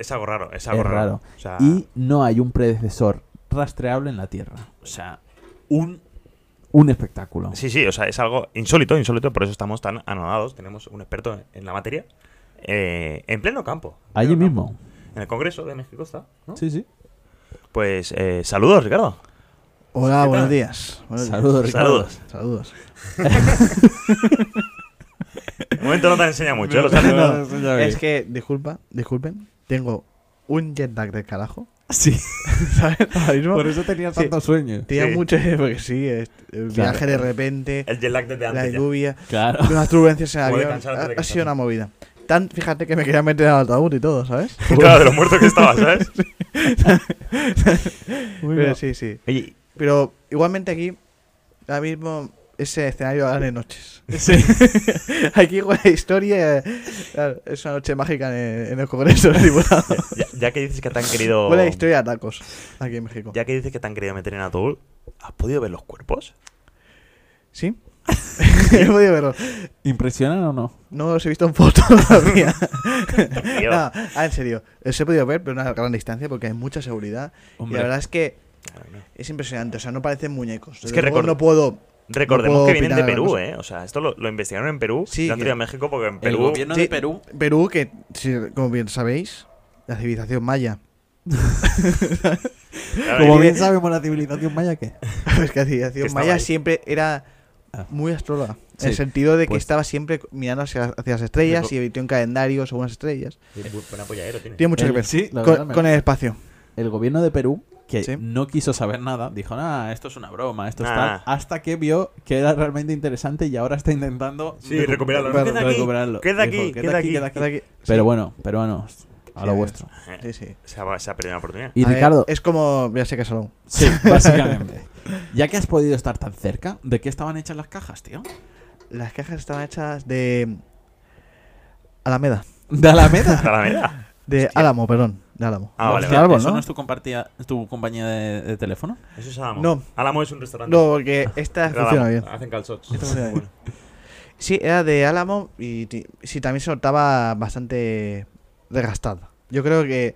S2: Es algo raro, es algo
S1: es
S2: raro.
S1: raro.
S2: O sea,
S5: Ah.
S1: Y no hay un predecesor rastreable en la Tierra. O sea, un, un espectáculo.
S2: Sí, sí, o sea, es algo insólito, insólito, por eso estamos tan anodados. Tenemos un experto en la materia eh, en pleno campo. en
S1: Allí
S2: pleno
S1: mismo.
S2: campo. En el Congreso de México está. ¿no?
S1: Sí, sí.
S2: Pues eh, saludos, Ricardo.
S5: Hola,
S2: ¿Qué
S5: buenos
S2: tal?
S5: días. Buenos días.
S1: Saludos, Ricardo.
S2: Saludos.
S5: Saludos.
S2: De momento no te enseña mucho, ¿eh? Los saludos.
S1: [LAUGHS]
S5: No, es que, disculpa, disculpen, tengo un jet lag del carajo.
S1: [LAUGHS] Sí,
S5: [LAUGHS] ¿Sabes? Ahora mismo.
S1: por eso tenía
S5: Sí.
S1: tanto sueño.
S5: Tenía
S2: Sí.
S5: mucho, eh, porque sí, es- el
S1: Claro.
S5: viaje de repente,
S2: El jet lag desde
S5: la
S2: antes. ya.
S5: lluvia,
S1: Claro.
S5: unas turbulencias en el
S2: Como de
S5: avión.
S2: cansarte,
S5: Ha,
S2: de
S5: ha sido
S2: cansarte.
S5: una movida. Tan, fíjate que me quería meter al ataúd y todo, ¿sabes?
S2: Claro, de lo muerto que estaba,
S5: [LAUGHS]
S2: ¿sabes?
S5: Pero sí, sí.
S2: Oye,
S5: Pero igualmente aquí, ahora mismo, ese escenario ahora de noches.
S1: Sí.
S5: [LAUGHS] Aquí juega la historia. eh, claro, es una noche mágica en, en el Congreso de los Diputados.
S2: [LAUGHS] ya, ya que dices que te han querido.
S5: Huele a historia de tacos aquí en México.
S2: Oh. Ya que dices que te han querido meter en Atul, ¿has podido ver los cuerpos?
S5: ¿Sí? [LAUGHS] He podido verlo.
S1: ¿Impresionan o no?
S5: No los he visto en foto
S2: [LAUGHS]
S5: todavía. [LAUGHS]
S2: Tío,
S5: no, ah, en serio. Los he podido ver, pero a una gran distancia porque hay mucha seguridad. Y
S1: Hombre.
S5: la verdad es que
S2: claro, no.
S5: es impresionante. O sea, no parecen muñecos.
S2: Es que
S5: Luego
S2: record-
S5: no puedo.
S2: Recordemos
S5: puedo
S2: que vienen de
S5: opinar
S2: Perú,
S5: cosa.
S2: ¿eh? O sea, esto lo, lo investigaron en Perú.
S5: Sí,
S2: lo han
S5: que-
S2: traído a México porque en Perú.
S1: El gobierno
S5: Sí.
S1: de Perú
S5: Perú, que si- como bien sabéis, la civilización maya.
S2: Claro,
S1: Como
S5: Ahí-
S1: bien sabemos, la civilización maya que.
S5: Es que la
S2: Que
S5: civilización
S2: estaba
S5: maya
S2: ahí.
S5: siempre era
S1: Ah.
S5: muy astróloga. En
S1: Sí,
S5: el sentido de que
S1: pues-
S5: estaba siempre mirando hacia, hacia las estrellas
S2: Rico.
S5: y emitió un calendario según las estrellas.
S2: Sí, bu- Buen apoyadero "Eh, tiene.
S5: Tiene mucho
S1: El-
S5: que ver
S1: Eh, sí, la verdad
S5: con,
S1: me-
S5: con el espacio.
S1: El gobierno de Perú, que
S5: Sí.
S1: no quiso saber nada, dijo, ah, esto es una broma, esto es
S2: Ah.
S1: tal, hasta que vio que era realmente interesante y ahora está intentando
S2: Sí,
S1: recu-
S2: recuperarlo.
S1: recu-
S2: Queda aquí,
S1: recuperarlo.
S2: queda
S1: Dijo,
S2: aquí, queda aquí".
S5: Ahora aquí-
S1: Pero bueno, peruanos, a
S5: Sí,
S1: lo
S5: es.
S1: vuestro.
S2: [LAUGHS]
S5: Sí, sí.
S2: Se ha, se ha perdido una oportunidad.
S1: Y
S5: A ver, eh,
S1: Ricardo, [LAUGHS]
S5: es como. Ya sé que salón.
S1: sí, básicamente, ya que has podido estar tan cerca, ¿de qué estaban hechas las cajas, tío?
S5: las cajas estaban hechas de. Alameda.
S1: ¿De Alameda?
S2: Hasta la meta.
S5: De Álamo, perdón. De Álamo.
S2: Ah, vale,
S5: de
S2: vale.
S5: Álamo,
S1: ¿Eso
S5: ¿no?
S1: no es tu, compartida- tu compañía de, de teléfono?
S2: Eso es Álamo.
S5: No.
S2: Álamo es un restaurante.
S5: No, porque esta
S2: Era
S5: funciona
S2: Álamo.
S5: bien.
S2: Hacen calzots.
S5: Esta funciona bien.
S2: Bueno.
S5: Sí, era de Álamo y ti- sí, también se notaba bastante desgastada. Yo creo que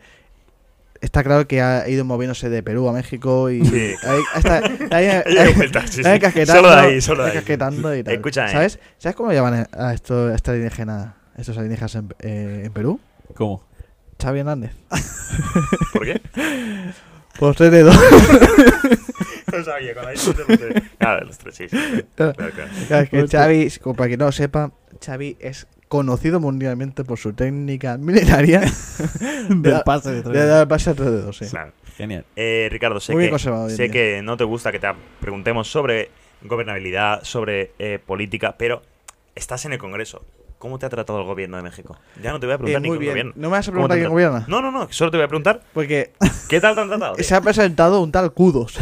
S5: está claro que ha ido moviéndose de Perú a México y.
S2: Sí.
S5: Ahí,
S2: [LAUGHS]
S5: hasta, ahí,
S2: Ella dio vueltas, sí,
S5: ahí
S2: sí.
S5: casquetando,
S2: Solo de ahí, solo de
S5: ahí
S2: ahí. eh.
S5: casquetando y tal.
S2: Escúchame.
S5: ¿Sabes? ¿Sabes cómo llaman a, esto, a esta alienígena, estos alienígenas en, eh, en Perú?
S1: ¿Cómo?
S5: Xavi Hernández.
S2: ¿Por qué?
S5: Por Pues tres dedos.
S2: No sabía, cuando hay chutes, no sé. Claro, los tres, sí. sí. Claro, claro.
S5: [LAUGHS] Claro, es [LAUGHS] que
S1: Hostia.
S5: Xavi, como para que no lo sepa, Xavi es conocido mundialmente por su técnica milenaria
S1: Del pase [LAUGHS] de
S5: de dar pase a tres dedos, sí.
S2: Claro.
S1: Genial.
S2: Eh, Ricardo, sé,
S5: Muy bien
S2: que,
S5: conservado hoy en
S2: sé
S5: día.
S2: que no te gusta que te preguntemos sobre gobernabilidad, sobre eh, política, pero estás en el Congreso. ¿Cómo te ha tratado el gobierno de México? Ya no te voy a
S5: Eh,
S2: preguntar ni
S5: muy
S2: quién
S5: bien.
S2: gobierna.
S5: No me vas a
S2: ¿Cómo te
S5: preguntar
S2: han
S5: quién
S2: tratado?
S5: gobierna.
S2: No, no, no, solo te voy a preguntar [LAUGHS]
S5: Porque
S2: ¿qué tal te han tratado? tío?
S5: se ha presentado un tal Kudos. [LAUGHS]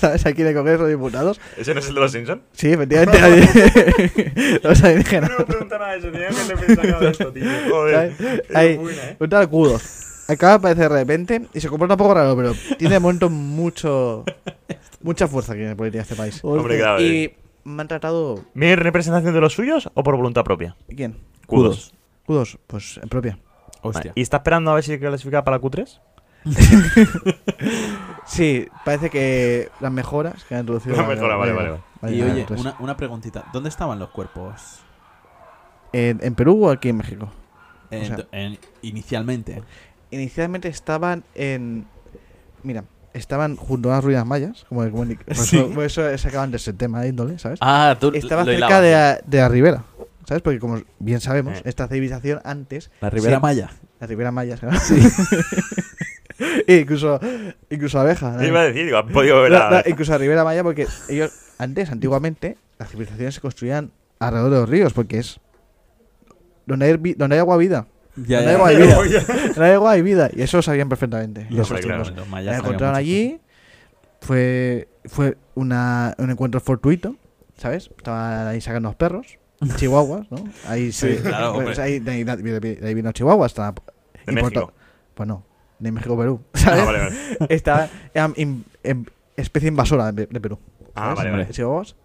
S5: ¿Sabes? Aquí en el Congreso de Diputados.
S2: ¿Ese no es el de los
S5: [LAUGHS]
S2: Simpsons? [LAUGHS]
S5: Sí, efectivamente. ahí- [LAUGHS] Los alienígenas.
S2: me pregunta nada de eso, tenía que haberme sacado de esto, tío. Joder.
S5: ¿Sabes?
S2: es
S5: Ahí,
S2: buena, ¿eh?
S5: un tal Kudos. Acaba de aparecer de repente y se comporta un poco raro, pero tiene de
S2: [LAUGHS]
S5: momento mucho, mucha fuerza que tiene la política de este país.
S2: Hombre, claro. eh.
S5: Y me han tratado.
S2: ¿Mi representación de los suyos o por voluntad propia?
S5: ¿Quién?
S2: Kudos.
S5: Kudos, pues en propia.
S1: Hostia.
S2: ¿Y está esperando a ver si clasifica para la Q3?
S5: Sí, parece que las mejoras que han introducido.
S2: Las mejoras, vale,
S5: vale,
S2: vale,
S5: vale.
S1: Y
S5: Vale, pues-
S1: oye,
S5: entonces,
S1: una, una preguntita. ¿Dónde estaban los cuerpos
S5: ¿en, en Perú o aquí en México?
S1: en-
S5: sea-
S1: en- inicialmente?
S5: Inicialmente estaban en. Mira, estaban junto a las ruinas mayas, como el comunic- por,
S1: Sí.
S5: eso, por eso sacaban de ese tema de índole, ¿sabes?
S1: Ah, tú
S5: Estaba cerca de la, de la ribera, ¿sabes? Porque como bien sabemos,
S2: Eh.
S5: esta civilización antes,
S1: La Ribera
S5: Sí.
S1: Maya.
S5: la ribera maya, ¿sabes? [LAUGHS] E incluso, incluso abeja. ¿no?
S2: Yo iba a decir, digo, has podido ver
S5: La- la-
S2: la...
S5: incluso la Ribera Maya, porque ellos antes, antiguamente, las civilizaciones se construían alrededor de los ríos, porque es donde hay, vi- donde hay agua hay vida.
S1: Ya,
S5: Donde hay agua hay
S2: [LAUGHS]
S5: vida. Donde hay agua hay vida. Y eso lo sabían perfectamente.
S1: Los-
S5: esos
S2: Hombre, claro.
S5: chicos.
S1: los mayas
S5: La
S1: sabían
S5: encontraron
S1: mucho.
S5: allí, fue, fue una, un encuentro fortuito, ¿sabes? Estaban ahí sacando
S2: [LAUGHS]
S5: los perros. Chihuahuas, ¿no? Ahí
S1: Sí,
S5: se.
S1: claro,
S5: pues
S1: hombre.
S5: ahí, de ahí- de ahí vino Chihuahua, hasta.
S2: de
S5: y por
S2: México.
S5: to- Pues no, de México, Perú.
S2: Ah,
S5: [LAUGHS] ¿sabes? [LAUGHS]
S2: vale, vale.
S5: Esta era in- em- especie invasora de, de Perú.
S2: Ah, vale, vale.
S5: Chihuahuas.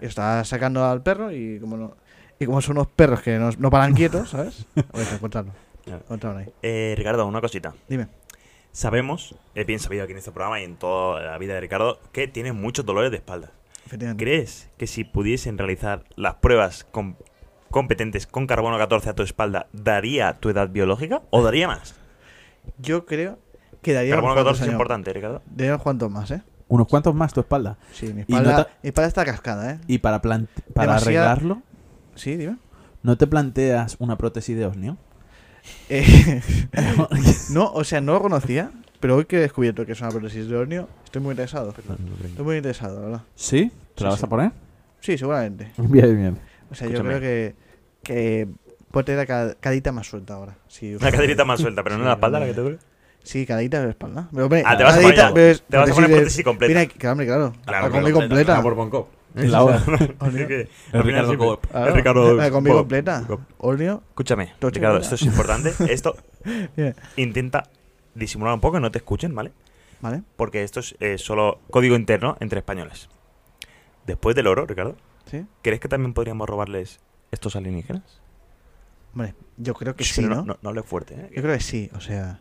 S5: Y está sacando al perro y como no. Y como son unos perros que no, no paran
S2: [LAUGHS]
S5: quietos, ¿sabes? Oye, se encontraron.
S2: Ya.
S5: Encontraron ahí.
S2: Eh, Ricardo, una cosita.
S5: Dime.
S2: Sabemos, he bien sabido aquí en este programa y en toda la vida de Ricardo, que tiene muchos dolores de espalda.
S5: Efectivamente.
S2: ¿Crees que si pudiesen realizar las pruebas com- competentes con carbono 14 a tu espalda, daría tu edad biológica o daría más?
S5: Yo creo que Eh, daría
S2: Carbono 14
S5: unos cuantos
S2: es
S5: años.
S2: importante, ¿eh, Ricardo.
S5: Daría unos cuantos más, ¿eh?
S1: Unos cuantos más tu espalda.
S5: Sí, mi
S1: Y no
S5: espalda,
S1: ta-
S5: mi espalda está cascada, ¿eh?
S1: Y para, plant- para
S5: Demasiada-
S1: arreglarlo,
S5: Sí, dime.
S1: ¿no te planteas una prótesis de
S5: [LAUGHS]
S1: osnio?
S5: Eh, [LAUGHS] no, o sea, no lo conocía, pero hoy que he descubierto que es una prótesis de hornio, estoy muy interesado. Estoy muy interesado, la verdad.
S1: ¿Sí? ¿Te la
S5: Sí,
S1: vas
S5: sí.
S1: a poner?
S5: Sí, seguramente.
S1: Bien, bien.
S5: O sea,
S2: Escúchame.
S5: yo creo que, que puedo tener la ca- cadita más suelta ahora. Sí,
S2: Una caderita más suelta, pero no
S5: Sí,
S2: la espalda la que te
S5: hombre.
S2: duele.
S5: Sí, cadita de espalda. Pero, hombre,
S2: Ah, te vas a
S5: cadita-
S2: poner-
S5: pero es-
S2: te vas a poner
S5: de-
S2: prótesis completa.
S5: Mira, que- hombre, claro.
S2: Claro,
S5: la combi
S2: claro,
S5: completa. [LAUGHS]
S1: La hora.
S2: Así [LAUGHS] que,
S1: El
S2: al final
S1: Ricardo
S2: siempre-
S1: Coop.
S5: Claro,
S2: el Ricardo
S5: Ah, La combi
S2: Coop.
S5: completa.
S2: Coop.
S5: Hornio.
S2: Escúchame,
S5: Tocho,
S2: Ricardo,
S5: mira.
S2: esto es importante.
S5: [LAUGHS]
S2: Esto
S5: bien,
S2: intenta disimular un poco, que no te escuchen, ¿vale?
S5: Vale.
S2: Porque esto es eh, solo código interno entre españoles. Después del oro, Ricardo,
S5: Sí.
S2: ¿crees que también podríamos robarles estos alienígenas?
S5: Hombre, yo creo que
S2: Shh,
S5: sí,
S2: pero
S5: ¿no?
S2: No, hables fuerte, ¿eh?
S5: Yo creo que sí. O sea,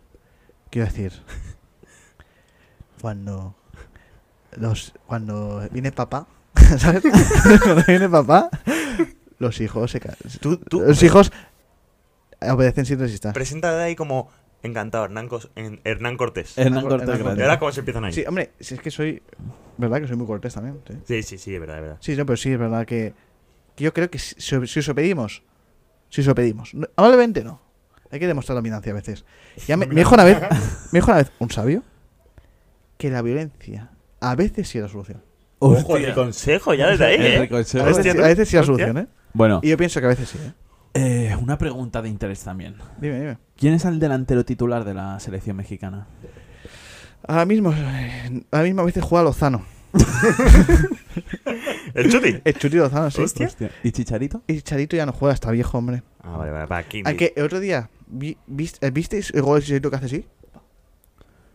S5: quiero decir. Cuando. Los, cuando viene papá. [LAUGHS] ¿Sabes? cuando viene papá. Los hijos se ca-
S2: Tú, tú
S5: Los hijos obedecen sin resistir.
S2: presenta de ahí como encantado Hernán, Cos- en- Hernán Cortés.
S1: Hernán
S5: Hernán
S1: Cortés
S5: Cortés.
S2: Y
S1: Grande.
S2: ahora cómo se empiezan ahí.
S5: Sí, hombre, si es que soy. ¿Verdad que soy muy cortés también? Sí,
S2: Sí, sí, sí, es verdad, es verdad.
S5: sí no, pero sí, es verdad que. que yo creo que si, si os- si os pedimos. Si os pedimos. No, amablemente no. Hay que demostrar dominancia a veces. Ya me, me dijo una vez. Me dijo una vez un sabio. Que la violencia. A veces sí era solución.
S2: Ojo, el consejo ya
S5: [LAUGHS]
S2: desde ahí,
S1: El
S2: ¿eh?
S5: A
S1: ricochet.
S2: Hostia,
S5: veces,
S2: tú-
S5: a veces sí era
S2: hostia.
S5: solución, ¿eh?
S1: Bueno,
S5: Y yo pienso que a veces sí, ¿eh?
S1: eh, una pregunta de interés también.
S5: Dime, dime.
S1: ¿Quién es el delantero titular de la selección mexicana?
S5: Ahora mismo. eh, Ahora mismo a veces juega Lozano.
S2: ¿El Chuti?
S5: El Chuti Lozano, sí.
S2: Hostia.
S1: Hostia. ¿Y Chicharito?
S5: Y Charito ya no juega, está viejo, hombre.
S2: Ah, vale, vale, para Kindi.
S5: Aunque el otro día, vi- vist- eh, ¿visteis el gol de Chicharito que hace así?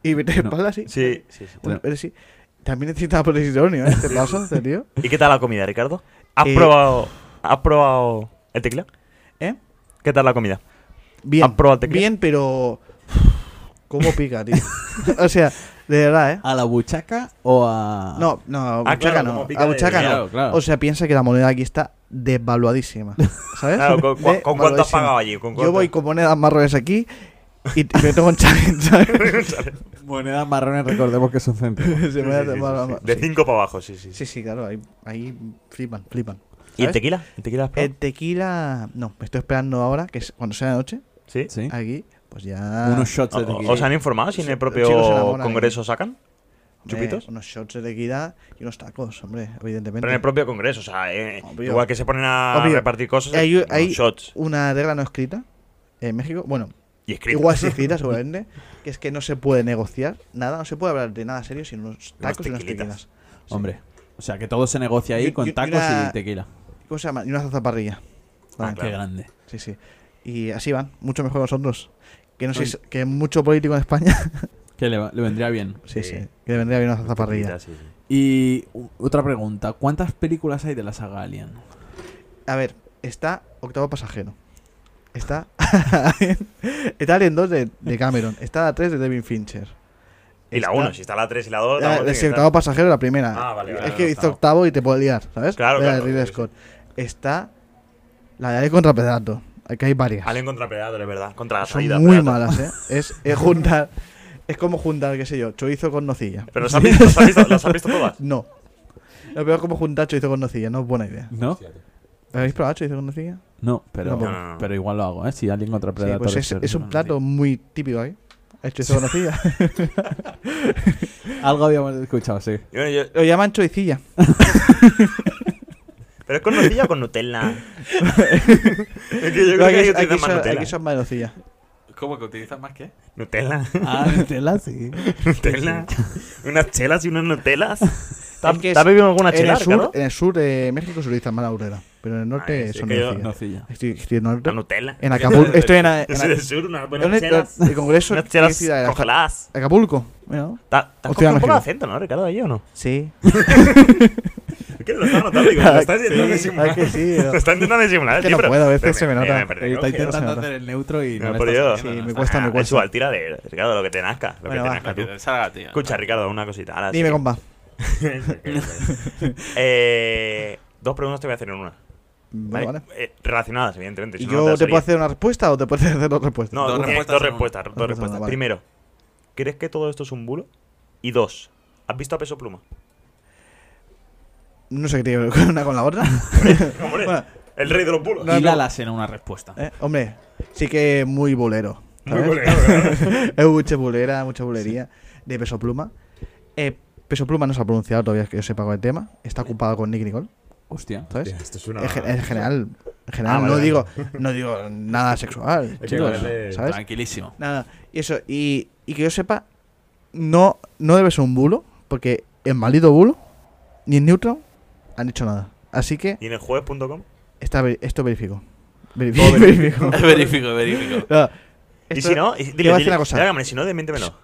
S5: Y mete
S1: No.
S5: espalda así.
S2: Sí, sí, sí.
S5: Bueno, pero sí. También necesitaba protección, ¿eh? Este paso, este tío.
S2: ¿Y qué tal la comida, Ricardo? ¿Has
S5: Eh,
S2: probado has probado el teclado?
S5: ¿Eh?
S2: ¿Qué tal la comida?
S5: Bien.
S2: ¿Has probado el teclado?
S5: Bien, pero. ¿Cómo pica, tío? o sea, de verdad, ¿eh?
S1: ¿A la buchaca o a.?
S5: No, no, a
S2: Ah,
S5: Buchaca
S2: claro, como
S5: no.
S2: pica
S5: A
S2: de-
S5: Buchaca no.
S1: Claro, claro.
S5: O sea, piensa que la moneda aquí está desvaluadísima. ¿Sabes?
S2: Claro, ¿con, cua- con cuánto has
S5: Desvaluadísima.
S2: pagado allí? ¿Con
S5: ¿eh? Yo
S2: cuánto? [LAUGHS]
S5: voy con monedas marrones aquí y y me tengo un challenge, [LAUGHS] ¿sabes?
S1: Monedas marrones, recordemos que son centros.
S5: Sí,
S2: Sí, sí,
S5: monedas
S2: sí, sí,
S5: mar-
S2: sí.
S5: mar-
S2: De
S5: sí.
S2: 5 para abajo, sí, sí. sí.
S5: Sí, sí, claro, ahí, ahí flipan, flipan.
S2: ¿Y el
S5: ¿sabes? Eh,
S2: tequila? ¿El tequila has probado?
S5: El tequila, no, me estoy esperando ahora, que es cuando sea la noche,
S2: Sí.
S1: ¿Sí?
S5: aquí, pues ya...
S1: Unos shots
S2: O-
S1: de
S2: o- ¿Os
S1: tequila.
S2: han informado si en el
S5: Sí, chicos se
S2: propio
S5: enamoran ahí.
S2: congreso sacan?
S5: hombre,
S2: chupitos.
S5: unos shots de tequila y unos tacos, hombre, evidentemente.
S2: Pero en el propio congreso, o sea, eh,
S5: Obvio.
S2: igual que se ponen a
S5: Obvio.
S2: repartir cosas,
S5: Hay-
S2: unos
S5: hay-
S2: shots
S5: Una regla no escrita en México, bueno,
S2: y escritos.
S5: igual sí
S2: [LAUGHS]
S5: escrita seguramente, que es que no se puede negociar nada, no se puede hablar de nada serio sin unos tacos y unos
S2: tequilitas.
S5: tequilas.
S1: Hombre. O sea, que todo se negocia ahí
S5: Y- y-
S1: con
S5: y
S1: tacos
S5: una-
S1: y tequila.
S5: ¿Cómo se llama? Y una zazaparrilla.
S2: Ah,
S1: Qué
S2: claro.
S1: grande.
S5: Sí, sí. Y así van, mucho mejor que nosotros. Que no sé, que mucho político
S2: [LAUGHS]
S5: en España.
S1: Que le, va- le vendría bien.
S5: Sí, sí.
S2: Sí.
S5: Que le vendría bien una zaparrilla.
S2: Sí, sí.
S1: Y u- otra pregunta. ¿Cuántas películas hay de la saga Alien?
S5: A ver, está Octavo Pasajero. Está. [LAUGHS] está Alien 2 de, de Cameron. Está la 3 de Devin Fincher.
S2: Y la
S5: Está-
S2: 1, si está la 3 y la 2,
S5: Ah, sí, octavo pasajero, la primera.
S2: Ah, vale, vale,
S5: es
S2: vale,
S5: que hizo octavo y te puedo liar, ¿sabes?
S2: Claro,
S5: Era de
S2: claro,
S5: Ridley
S2: sí, sí.
S5: Scott. Está la de Ale contra Predator. Aquí hay varias.
S2: Alien contra Predator, es verdad. Contra la
S5: Son
S2: salida.
S5: muy
S2: Predator. [LAUGHS]
S5: malas, ¿eh? Es, es juntar. Es como juntar, qué sé yo, chorizo con nocilla.
S2: Pero las has visto, las has visto, las has visto todas.
S5: [LAUGHS] No. Lo peor es como juntar chorizo con nocilla, no es buena idea.
S1: ¿No?
S5: ¿Habéis probado chorizo con nocilla?
S1: No, pero,
S5: No, no,
S2: no, no.
S1: pero igual lo hago, ¿eh? Si alguien contra
S5: Sí,
S1: Predator.
S5: pues es,
S1: ser-
S5: es un plato muy típico ahí. El
S2: [LAUGHS]
S5: chorizo con nocilla.
S1: Algo habíamos escuchado, sí.
S2: Y bueno, yo-
S5: Lo llaman choricilla.
S2: pero es con nocilla o con Nutella.
S5: [LAUGHS]
S2: es que yo creo
S5: Pero
S2: que
S5: Aquí,
S2: hay
S5: aquí
S2: utilizan más
S5: son,
S2: Nutella.
S5: aquí son más de nocilla.
S1: ¿Cómo que utilizas más qué?
S2: Nutella, [LAUGHS]
S1: Ah, Nutella, sí.
S2: Nutella. unas chelas y unas Nutellas. ¿Te has
S5: Es que
S2: te has
S5: es-
S2: bebido alguna
S5: en,
S2: chela,
S5: el sur,
S2: Ricardo?
S5: en el sur de México se utilizan más la aurrera, pero en el norte
S2: Ay, sí,
S5: son
S2: que yo-
S5: nocilla. [LAUGHS]
S1: Nocilla.
S5: Estoy, estoy en el norte.
S2: Una Nutella.
S5: En Acapulco. Estoy en. en-
S2: [LAUGHS] Yo soy del sur, unas buenas
S5: ¿Dónde-
S2: chelas.
S5: el Congreso.
S2: Unas
S5: ¿qué
S2: chelas
S5: ciudad era?
S2: congeladas.
S5: Acapulco. Bueno,
S2: ¿Te has te has
S5: Hostia,
S2: cogido un poco
S5: México.
S2: de acento, no, Ricardo, ahí o no?
S5: sí.
S2: Es que lo está notando, digo, [LAUGHS] lo está intentando
S5: Sí, es
S2: disimular.
S5: que sí.
S2: Lo está intentando disimular,
S5: Es que
S2: tío,
S5: no
S2: pero-
S5: puedo, a veces
S2: pero
S5: se me
S2: pero
S5: nota.
S2: perdido,
S1: Está
S2: tío.
S1: intentando
S5: nota.
S1: hacer el neutro y no,
S2: [LAUGHS] No,
S1: le
S2: por
S1: estás
S2: Dios.
S1: haciendo,
S5: Sí,
S1: no
S5: me
S1: está-
S5: cuesta, me
S2: Ah, [LAUGHS]
S5: cuesta.
S2: Es igual, tira de Ricardo, lo que te nazca. Lo
S5: Bueno,
S2: que
S5: va.
S2: te nazca, tú.
S6: Salga, tío.
S2: Escucha, Ricardo, una cosita. Ahora sí.
S5: Dime, compa.
S2: [LAUGHS] Eh, dos preguntas te voy a hacer en una.
S5: Bueno, vale.
S2: Eh, relacionadas, evidentemente. si
S5: ¿Y
S2: no, no
S5: yo te puedo
S2: daría.
S5: hacer una respuesta o te puedes hacer dos respuestas?
S2: No,
S6: Dos
S2: eh,
S6: respuestas
S2: dos
S6: en una.
S2: respuestas. Dos respuestas.
S5: Dos respuestas, vale.
S2: Primero, ¿crees que todo esto es un bulo? Y dos, ¿has visto a peso
S5: [LAUGHS]
S2: pluma?
S5: No sé qué tiene que ver una con la otra. [LAUGHS]
S2: Hombre,
S5: Bueno.
S2: el rey de los bulos.
S5: No, no.
S1: Hilálas en una respuesta.
S5: Eh, Hombre, sí que muy bolero.
S2: Muy
S5: ¿sabes?
S2: buleado, ¿verdad?
S5: [LAUGHS] Es mucha bulera, mucha bulería de Peso Pluma. Eh, Peso Pluma no se ha pronunciado todavía, que yo sepa con el tema. Está ocupado con Nick Nicole,
S1: Hostia.
S5: ¿sabes?
S2: Esto es una.
S5: en, gen- en general, en general
S2: Ah, vale,
S5: no,
S2: vale.
S5: digo, no digo nada sexual,
S2: que
S5: chicos,
S2: vale.
S5: ¿sabes?
S1: Tranquilísimo.
S5: Nada, y eso, y, y que yo sepa, no, no debe ser un bulo, porque en maldito bulo, ni en neutro, han hecho nada. Así que
S2: ¿Y en el jueves.com?
S5: está, ver- esto verifico. Verifi-
S2: Todo [LAUGHS]
S5: verifico.
S6: verifico, verifico.
S5: [LAUGHS] Nada,
S2: Y
S5: esto-
S2: si no, y-
S5: te
S2: dile,
S5: voy a decir
S2: dile,
S5: una cosa.
S2: dile, hombre, si no, desmiéntemelo.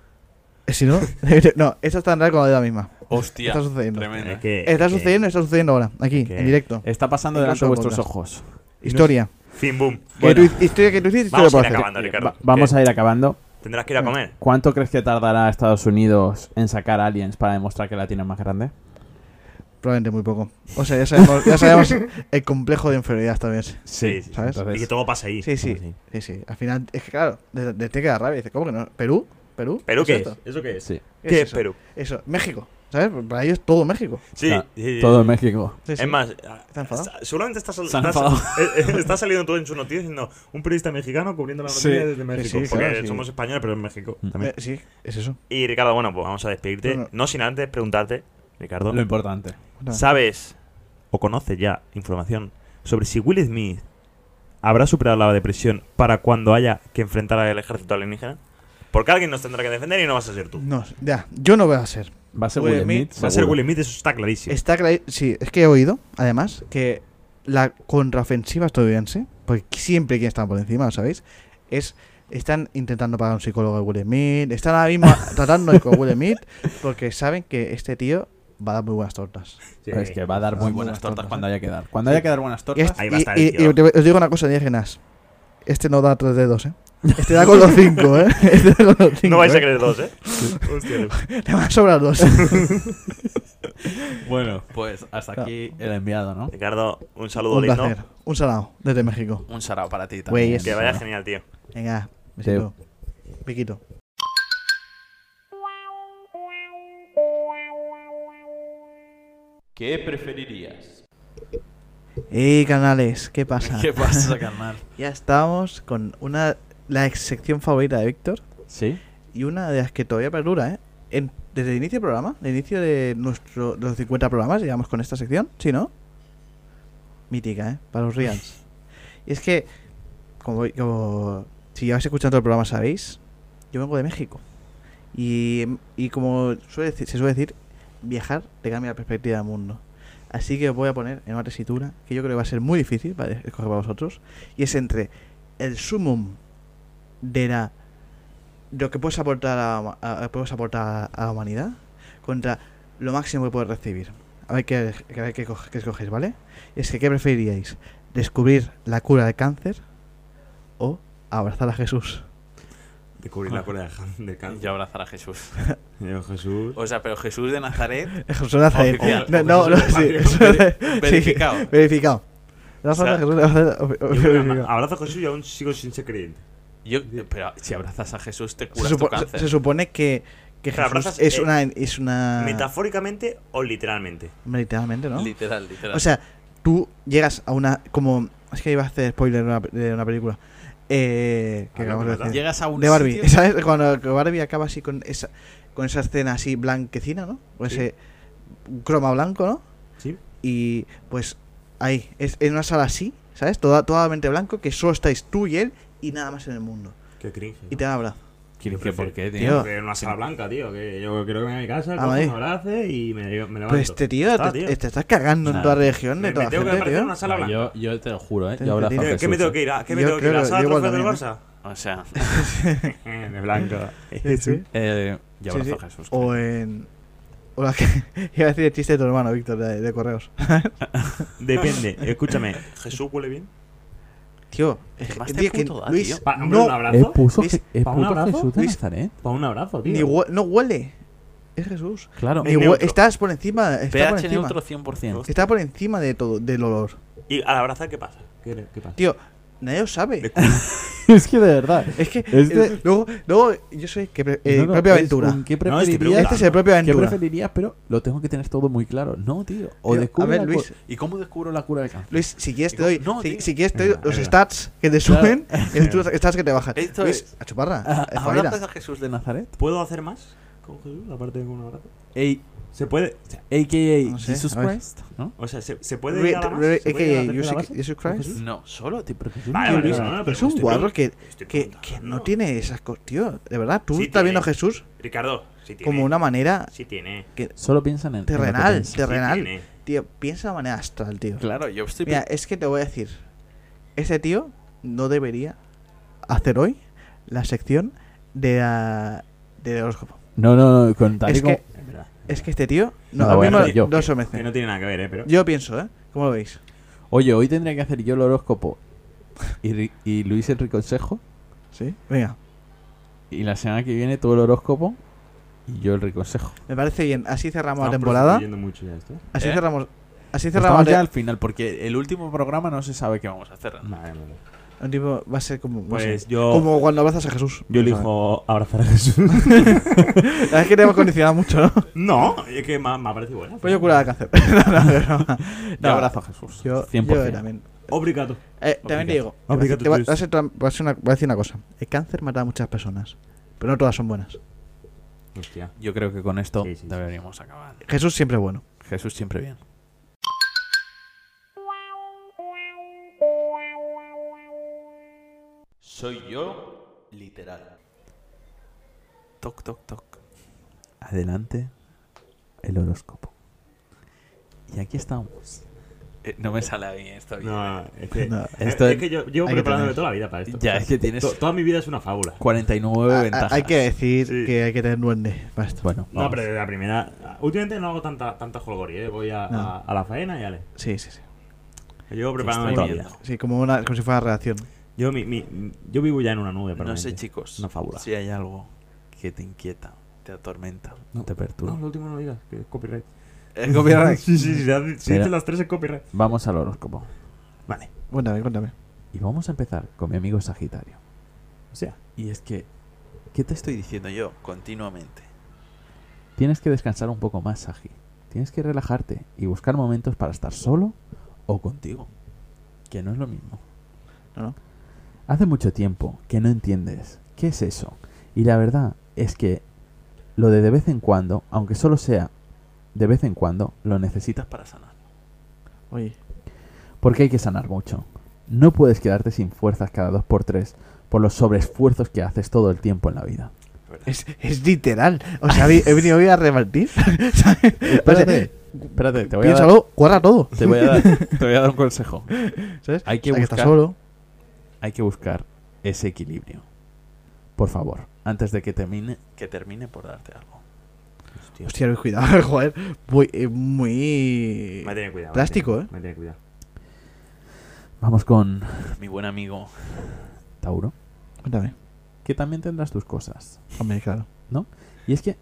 S5: eh, si no, [LAUGHS] no, esto está en real con la deuda misma.
S6: Hostia.
S5: Está sucediendo.
S6: Tremendo.
S2: Es que-
S5: Está
S2: es que-
S5: sucediendo, está sucediendo ahora, aquí,
S2: ¿Qué? Eh,
S5: en directo.
S1: Está pasando
S5: Incluso
S1: delante de vuestros
S5: podcast.
S1: ojos.
S5: Historia.
S2: Fin, boom.
S5: Que tú- historia que tú hiciste, historia
S2: Vamos a
S5: por
S2: ir
S5: hacer.
S2: acabando, Ricardo.
S1: Eh, Va- vamos
S2: que
S1: a ir acabando.
S2: Tendrás que ir a comer.
S1: ¿Cuánto crees que tardará Estados Unidos en sacar aliens para demostrar que la tiene más grande?
S5: Probablemente muy poco. O sea, ya sabemos, ya [LAUGHS] sabemos el complejo de inferioridad esta vez.
S2: Sí, sí,
S5: ¿sabes?
S2: Y que todo pasa ahí.
S5: Sí, sí, sí, sí. Al final, es que claro, le le tiene que dar rabia. Dice, ¿cómo que no? ¿Perú? ¿Perú?
S2: ¿Perú qué es?
S5: esto?
S2: ¿Eso qué es?
S1: Sí.
S2: ¿Qué es
S5: eso?
S2: Perú?
S5: Eso, México. ¿Sabes? Para ellos todo México.
S2: Sí,
S1: Claro,
S2: sí, sí,
S1: Todo
S2: sí.
S1: México.
S5: Sí, sí.
S2: Es más,
S5: enfadado?
S2: está- seguramente está, sal-
S1: Está
S2: está-
S1: enfadado.
S2: eh, [LAUGHS] eh, está saliendo todo en su noticia diciendo un periodista mexicano cubriendo la noticia
S1: Sí. Mm.
S2: desde México.
S5: sí,
S2: porque
S5: claro, sí.
S2: somos españoles, pero en México también.
S5: Eh, sí, es eso.
S2: Y Ricardo, bueno, pues vamos a despedirte.
S5: No, no.
S2: No sin antes preguntarte, Ricardo,
S1: Lo importante.
S5: Nada.
S2: ¿sabes o conoces ya información sobre si Will Smith habrá superado la depresión para cuando haya que enfrentar al ejército alienígena? Porque alguien nos tendrá que defender y no vas a ser tú.
S5: No, ya, yo no voy a ser.
S1: Va a ser
S3: Will
S1: Will
S3: Smith
S1: Smith.
S2: Va a ser
S1: seguro.
S2: Will Smith, eso está clarísimo.
S5: Es-
S3: Está claro.
S5: Sí, es que he oído, además, que la contraofensiva estadounidense, porque siempre quien está por encima, ¿lo sabéis? Es están intentando pagar a un psicólogo de Will Smith, están
S2: [LAUGHS]
S5: ahora mismo tratando con Will Smith porque saben que este tío va a dar muy buenas tortas.
S2: Sí.
S1: Es que va a dar
S5: Ah,
S1: muy
S5: muy
S1: buenas
S5: buenas
S1: tortas
S5: tortas,
S1: cuando
S5: ¿eh?
S1: haya que dar. Cuando
S5: Sí.
S1: haya que dar buenas
S5: Y,
S1: tortas.
S5: es-
S2: Ahí va a
S5: Este, y-
S2: estar
S5: y-
S2: el tío.
S5: y te- os digo una cosa, Diego Genas. Este no da 3
S2: [LAUGHS]
S5: dedos, ¿eh? Este da con los 5, ¿eh? Este da con los 5.
S2: No vais a creer dos,
S5: [LAUGHS]
S2: ¿eh? Hostia.
S5: Te van a sobrar
S2: [LAUGHS]
S5: dos.
S1: Bueno, pues hasta aquí el enviado, ¿no?
S2: Ricardo, un saludo
S5: Un
S2: lindo.
S5: placer. Un salado desde México.
S1: Un sarao para ti
S5: también. Güey, es-
S2: Que vaya genial, tío.
S5: Venga, me
S1: Teo.
S5: siento. Piquito.
S7: ¿Qué preferirías?
S5: ¡Ey, canales! ¿Qué pasa?
S1: ¿Qué pasa, carnal?
S5: Ya estamos con una la ex sección favorita de Víctor
S1: Sí.
S5: y una de las que todavía perdura, ¿eh? En- desde el inicio del programa, el inicio de nuestro, de los 50 programas, llegamos con esta sección, ¿sí no? Mítica, ¿eh? Para los Reals. y es que, como, como si lleváis escuchando el programa, sabéis, yo vengo de México. Y, y como suele decir- se suele decir, viajar te cambia la perspectiva del mundo. Así que os voy a poner en una tesitura que yo creo que va a ser muy difícil para escoger para vosotros. Y es entre el sumum de la lo que puedes aportar a, a- puedes aportar a la humanidad contra lo máximo que puedes recibir. A ver qué, a ver qué, co- qué escogéis, ¿vale? Y es que, ¿qué preferiríais? ¿Descubrir la cura del cáncer o abrazar a Jesús? [LAUGHS]
S2: Descubrir la cura de
S7: Y abrazar a Jesús.
S2: Yo, Jesús.
S7: O sea, pero Jesús de Nazaret.
S5: Jesús Nazaret.
S7: Oficial.
S5: No, no, no, sí.
S7: Verificado.
S5: Sí, [LAUGHS] verificado. Abrazar a
S7: O sea,
S5: Jesús, abrazar-
S2: Yo creo que
S5: verificado.
S2: Abrazo a Jesús y aún sigo sin ser creyente.
S7: Yo, pero si abrazas a Jesús, te
S5: Se,
S7: curas tu
S5: supo- se-
S7: cáncer.
S5: se supone que, que
S2: Pero
S5: Jesús
S2: abrazas,
S5: es
S2: eh,
S5: una, es una...
S2: ¿Metafóricamente o literalmente?
S5: Literalmente, ¿no?
S7: Literal, literal.
S5: O sea, tú llegas a una... Como... Es que iba a hacer spoiler de una, de una película. Eh, que
S2: Ah, no,
S5: acabamos de
S2: ¿verdad?
S5: decir.
S1: Llegas a un
S5: De Barbie.
S1: sitio-
S5: ¿Sabes? Cuando que Barbie acaba así con esa, con esa escena así blanquecina, ¿no? Con
S2: Sí.
S5: ese croma blanco, ¿no?
S2: Sí.
S5: Y pues ahí, es en una sala así, ¿sabes? Toda, totalmente blanco, que solo estáis tú y él y nada más en el mundo.
S2: Qué cringe.
S5: Y te da un abrazo.
S1: ¿Qué- qué- ¿Por qué, tío?
S5: Tío,
S2: Que en una sala blanca, tío. Que yo quiero que me vaya a mi casa, cojo,
S5: Madrid.
S2: me abrace y me, me levanto.
S5: Pues este tío,
S2: Está,
S5: te,
S2: tío.
S5: te estás cagando en
S1: Nada.
S5: toda la religión de
S2: me, me
S5: toda la
S2: tengo que
S5: gente,
S2: aparecer en
S5: tío.
S2: una sala
S1: No,
S2: blanca.
S1: yo, yo te lo juro, ¿eh?
S5: Te-
S1: Yo
S5: te-
S1: abrazo a
S5: yo-
S2: Tío, ¿Qué me
S1: Jesús,
S2: tengo
S1: ¿eh?
S2: que ir? ¿A qué me
S5: Yo
S2: tengo que ir? ¿A la
S5: creo que-
S2: sala
S5: yo igual
S2: trofeo del
S5: también, ¿eh?
S2: Barça?
S7: O
S5: [LAUGHS]
S7: sea,
S2: [LAUGHS] De blanco.
S5: Sí,
S1: Eh, yo
S5: sí,
S1: abrazo
S5: sí.
S1: a Jesús.
S5: O en. O la que. [LAUGHS] Iba a decir el chiste de tu hermano, Víctor, de, de correos.
S2: Depende, escúchame. ¿Jesús huele bien?
S5: Tío, es
S7: ¿Qué
S5: que-
S7: más
S5: tío,
S7: te
S5: que
S7: puto da,
S5: Luis,
S7: tío?
S2: Pa- hombre,
S5: no,
S2: un
S1: ¿Es
S2: abrazo.
S1: puto,
S5: Luis,
S1: Je- es
S2: ¿pa' un
S1: puto
S2: abrazo?
S1: eh, Jesús ¿eh? de
S5: Luis.
S1: Nazaret?
S2: Para un abrazo, tío.
S5: ni hue- no huele. Es Jesús.
S1: Claro.
S2: Es
S5: Igual-
S2: neutro.
S5: estás por encima. Está por
S7: pH
S5: encima.
S7: neutro 100%.
S5: Está por encima de todo, del olor.
S2: ¿Y al abrazar qué pasa? ¿Qué, qué pasa?
S5: Tío, nadie lo sabe.
S1: [LAUGHS] es que de verdad.
S5: Es que
S1: Es de-
S5: eh, luego, luego yo soy que pre- eh,
S1: No, no,
S5: propia
S1: es
S5: aventura.
S1: un ¿Qué
S2: No, es que
S1: preferirías?
S5: Este es el propio
S1: ¿Qué
S5: aventura.
S1: preferirías? Pero lo tengo que tener todo muy claro. No, tío. O
S5: Tío, a
S1: descubro
S5: ver,
S1: la cu-
S5: Luis.
S1: ¿Y cómo descubro la cura del cáncer?
S5: Luis, si quieres te
S1: Digo,
S5: doy,
S1: no,
S5: si,
S1: tío.
S5: si quieres te doy
S2: Venga,
S5: los
S2: venga.
S5: stats que te
S1: Claro.
S5: suben [LAUGHS] y
S1: [LAUGHS]
S5: tú los stats que te bajan.
S7: Esto
S5: Luis,
S7: es-
S5: a chuparla.
S1: Ah,
S5: a espabilar.
S7: ¿Abrazas a Jesús de Nazaret?
S2: ¿Puedo hacer más con Jesús aparte de con un abrazo?
S1: Ey,
S2: ¿Se puede? o sea,
S1: AKA
S5: No sé,
S1: Jesus
S5: a ver.
S1: Christ, ¿no?
S2: O sea, ¿se, se puede
S5: Re-
S2: llegar a más?
S5: re-
S2: ¿Se puede llegar a
S5: AKA,
S2: hacer
S5: you
S2: la
S5: see-
S2: base?
S5: Jesus Christ.
S7: No, solo te preocupes.
S1: Ah,
S2: Vale, vale,
S5: Luis,
S2: vale, vale, pero
S5: Es un
S2: estoy
S5: guarro
S2: pregun-
S5: que,
S2: estoy
S5: que,
S2: preguntando.
S5: que no tiene esas cosas, tío. De verdad, tú
S2: Sí
S5: estás viendo a
S2: tiene.
S5: Jesús
S2: Ricardo, sí tiene.
S5: como una manera
S2: Sí tiene. sí
S1: Solo piensan en. en lo que
S5: terrenal.
S1: piensan.
S5: Terrenal.
S2: tiene.
S5: Tío, piensa de manera astral, tío.
S7: Claro, yo estoy.
S5: Mira, es que te voy a decir. Ese tío no debería hacer hoy la sección de, la- del horóscopo.
S1: No, no, no. Con tal y
S5: Es
S1: como-
S5: que,
S2: Es verdad.
S5: es que este tío. No,
S1: La
S5: a
S1: voy
S5: mí
S1: a
S5: me-
S1: hacer yo.
S5: no se
S2: Que
S5: merece.
S2: no tiene nada que ver, ¿eh? Pero...
S5: Yo pienso, ¿eh? ¿Cómo lo veis?
S1: Oye, hoy tendría que hacer yo el horóscopo y, Ri- y Luis el riconsejo.
S5: Sí. Venga,
S1: Y la semana que viene todo el horóscopo y yo el riconsejo.
S5: me parece bien. Así cerramos la
S2: Estamos
S5: temporada.
S2: prostituyendo mucho ya esto.
S5: Así
S7: ¿Eh?
S5: cerramos. Así cerramos
S1: Estamos ya
S5: la
S1: al final, porque el último programa no se sabe qué vamos a hacer.
S2: Madre mía.
S5: Un tipo va a ser como. no
S2: Pues
S5: sé,
S2: yo-
S5: Como
S1: Oh.
S5: cuando abrazas a Jesús.
S2: Yo elijo abrazar a Jesús. [LAUGHS]
S5: La verdad es que te hemos
S1: [LAUGHS]
S5: condicionado mucho, ¿no?
S2: no, es que me ha, me ha parecido buena.
S5: Pues yo curar el cáncer. no, no, no, no.
S1: Yo abrazo a Jesús.
S5: Yo,
S1: 100%.
S5: yo también.
S2: Obrigado.
S5: Eh, también te digo, te
S2: Obrigado,
S5: va-
S2: Luis.
S5: va a ser tra- va a ser una- voy a decir una cosa. El cáncer mata a muchas personas, pero no todas son buenas.
S2: Hostia.
S1: Yo creo que con esto
S2: Sí, sí, sí.
S1: deberíamos acabar.
S5: Jesús siempre es bueno.
S1: Jesús siempre bien.
S7: Soy yo, literal. Toc, toc, toc.
S1: Adelante el horóscopo. Y aquí estamos.
S7: Eh, no me sale bien esto. bien.
S2: No, es que,
S5: [LAUGHS] No,
S1: esto
S2: es que yo llevo
S5: hay que
S2: preparándome
S5: tener-
S2: toda la vida para esto.
S1: Ya, es que tienes
S2: To- Toda mi vida es una fábula.
S1: 49
S5: Ah, ah,
S1: ventajas.
S5: hay que decir
S2: Sí.
S5: que hay que tener duende para esto.
S1: Bueno,
S2: No,
S1: vamos.
S2: pero desde la primera. Últimamente no hago tanta, tanta jolgoria, ¿eh? voy a,
S5: No.
S2: a, a la faena y ale.
S5: Sí, sí, sí.
S2: Llevo
S7: Estoy
S2: preparándome toda la vida.
S7: viendo.
S5: Sí, como, una, como si fuera reacción.
S2: Yo, mi, mi- yo vivo ya en una nube,
S7: No sé,
S2: permanente.
S7: chicos.
S2: Una fábula.
S7: Si hay algo que te inquieta, te atormenta.
S2: No.
S1: te perturbo.
S2: No, lo último no lo digas, que es [LAUGHS] copyright.
S7: El
S2: [LAUGHS]
S7: copyright.
S2: Sí, sí, sí. Si haces
S1: Mira.
S2: las tres es copyright.
S1: Vamos al horóscopo.
S2: Vale.
S5: Cuéntame, cuéntame.
S1: Y vamos a empezar con mi amigo Sagitario.
S2: O sea,
S7: Y es que, ¿qué te estoy diciendo yo continuamente?
S1: Tienes que descansar un poco más, Sagi. Tienes que relajarte y buscar momentos para estar solo o contigo. Que no es lo mismo.
S5: No, no.
S1: Hace mucho tiempo que no entiendes qué es eso. Y la verdad es que lo de de vez en cuando, aunque solo sea de vez en cuando, lo necesitas
S7: Necesitas para sanar.
S5: Oye,
S1: porque hay que sanar mucho. No puedes quedarte sin fuerzas cada dos por tres por los sobreesfuerzos que haces todo el tiempo en la vida.
S5: es, es literal. O sea, vi- he venido hoy a repartir. [LAUGHS] ¿sabes? O sea,
S1: Espérate, espérate, te voy a dar-
S5: piénsalo, cuadra todo.
S1: Te voy, a
S5: [LAUGHS]
S1: dar, te voy a dar un consejo.
S5: ¿sabes?
S1: Hay que
S5: O sea, estás
S1: buscar-
S5: solo.
S1: Hay que buscar ese equilibrio. Por favor, antes de que termine.
S7: Que termine por darte algo.
S5: Hostia, Luis, cuidado, [LAUGHS] joder. Muy. eh, muy...
S2: me tiene cuidado.
S5: Plástico,
S2: me tiene- Me tiene cuidado.
S1: Vamos con
S7: Mi buen amigo.
S1: Tauro,
S5: Cuéntame.
S1: que también tendrás tus cosas.
S5: Hombre, claro.
S1: Y es que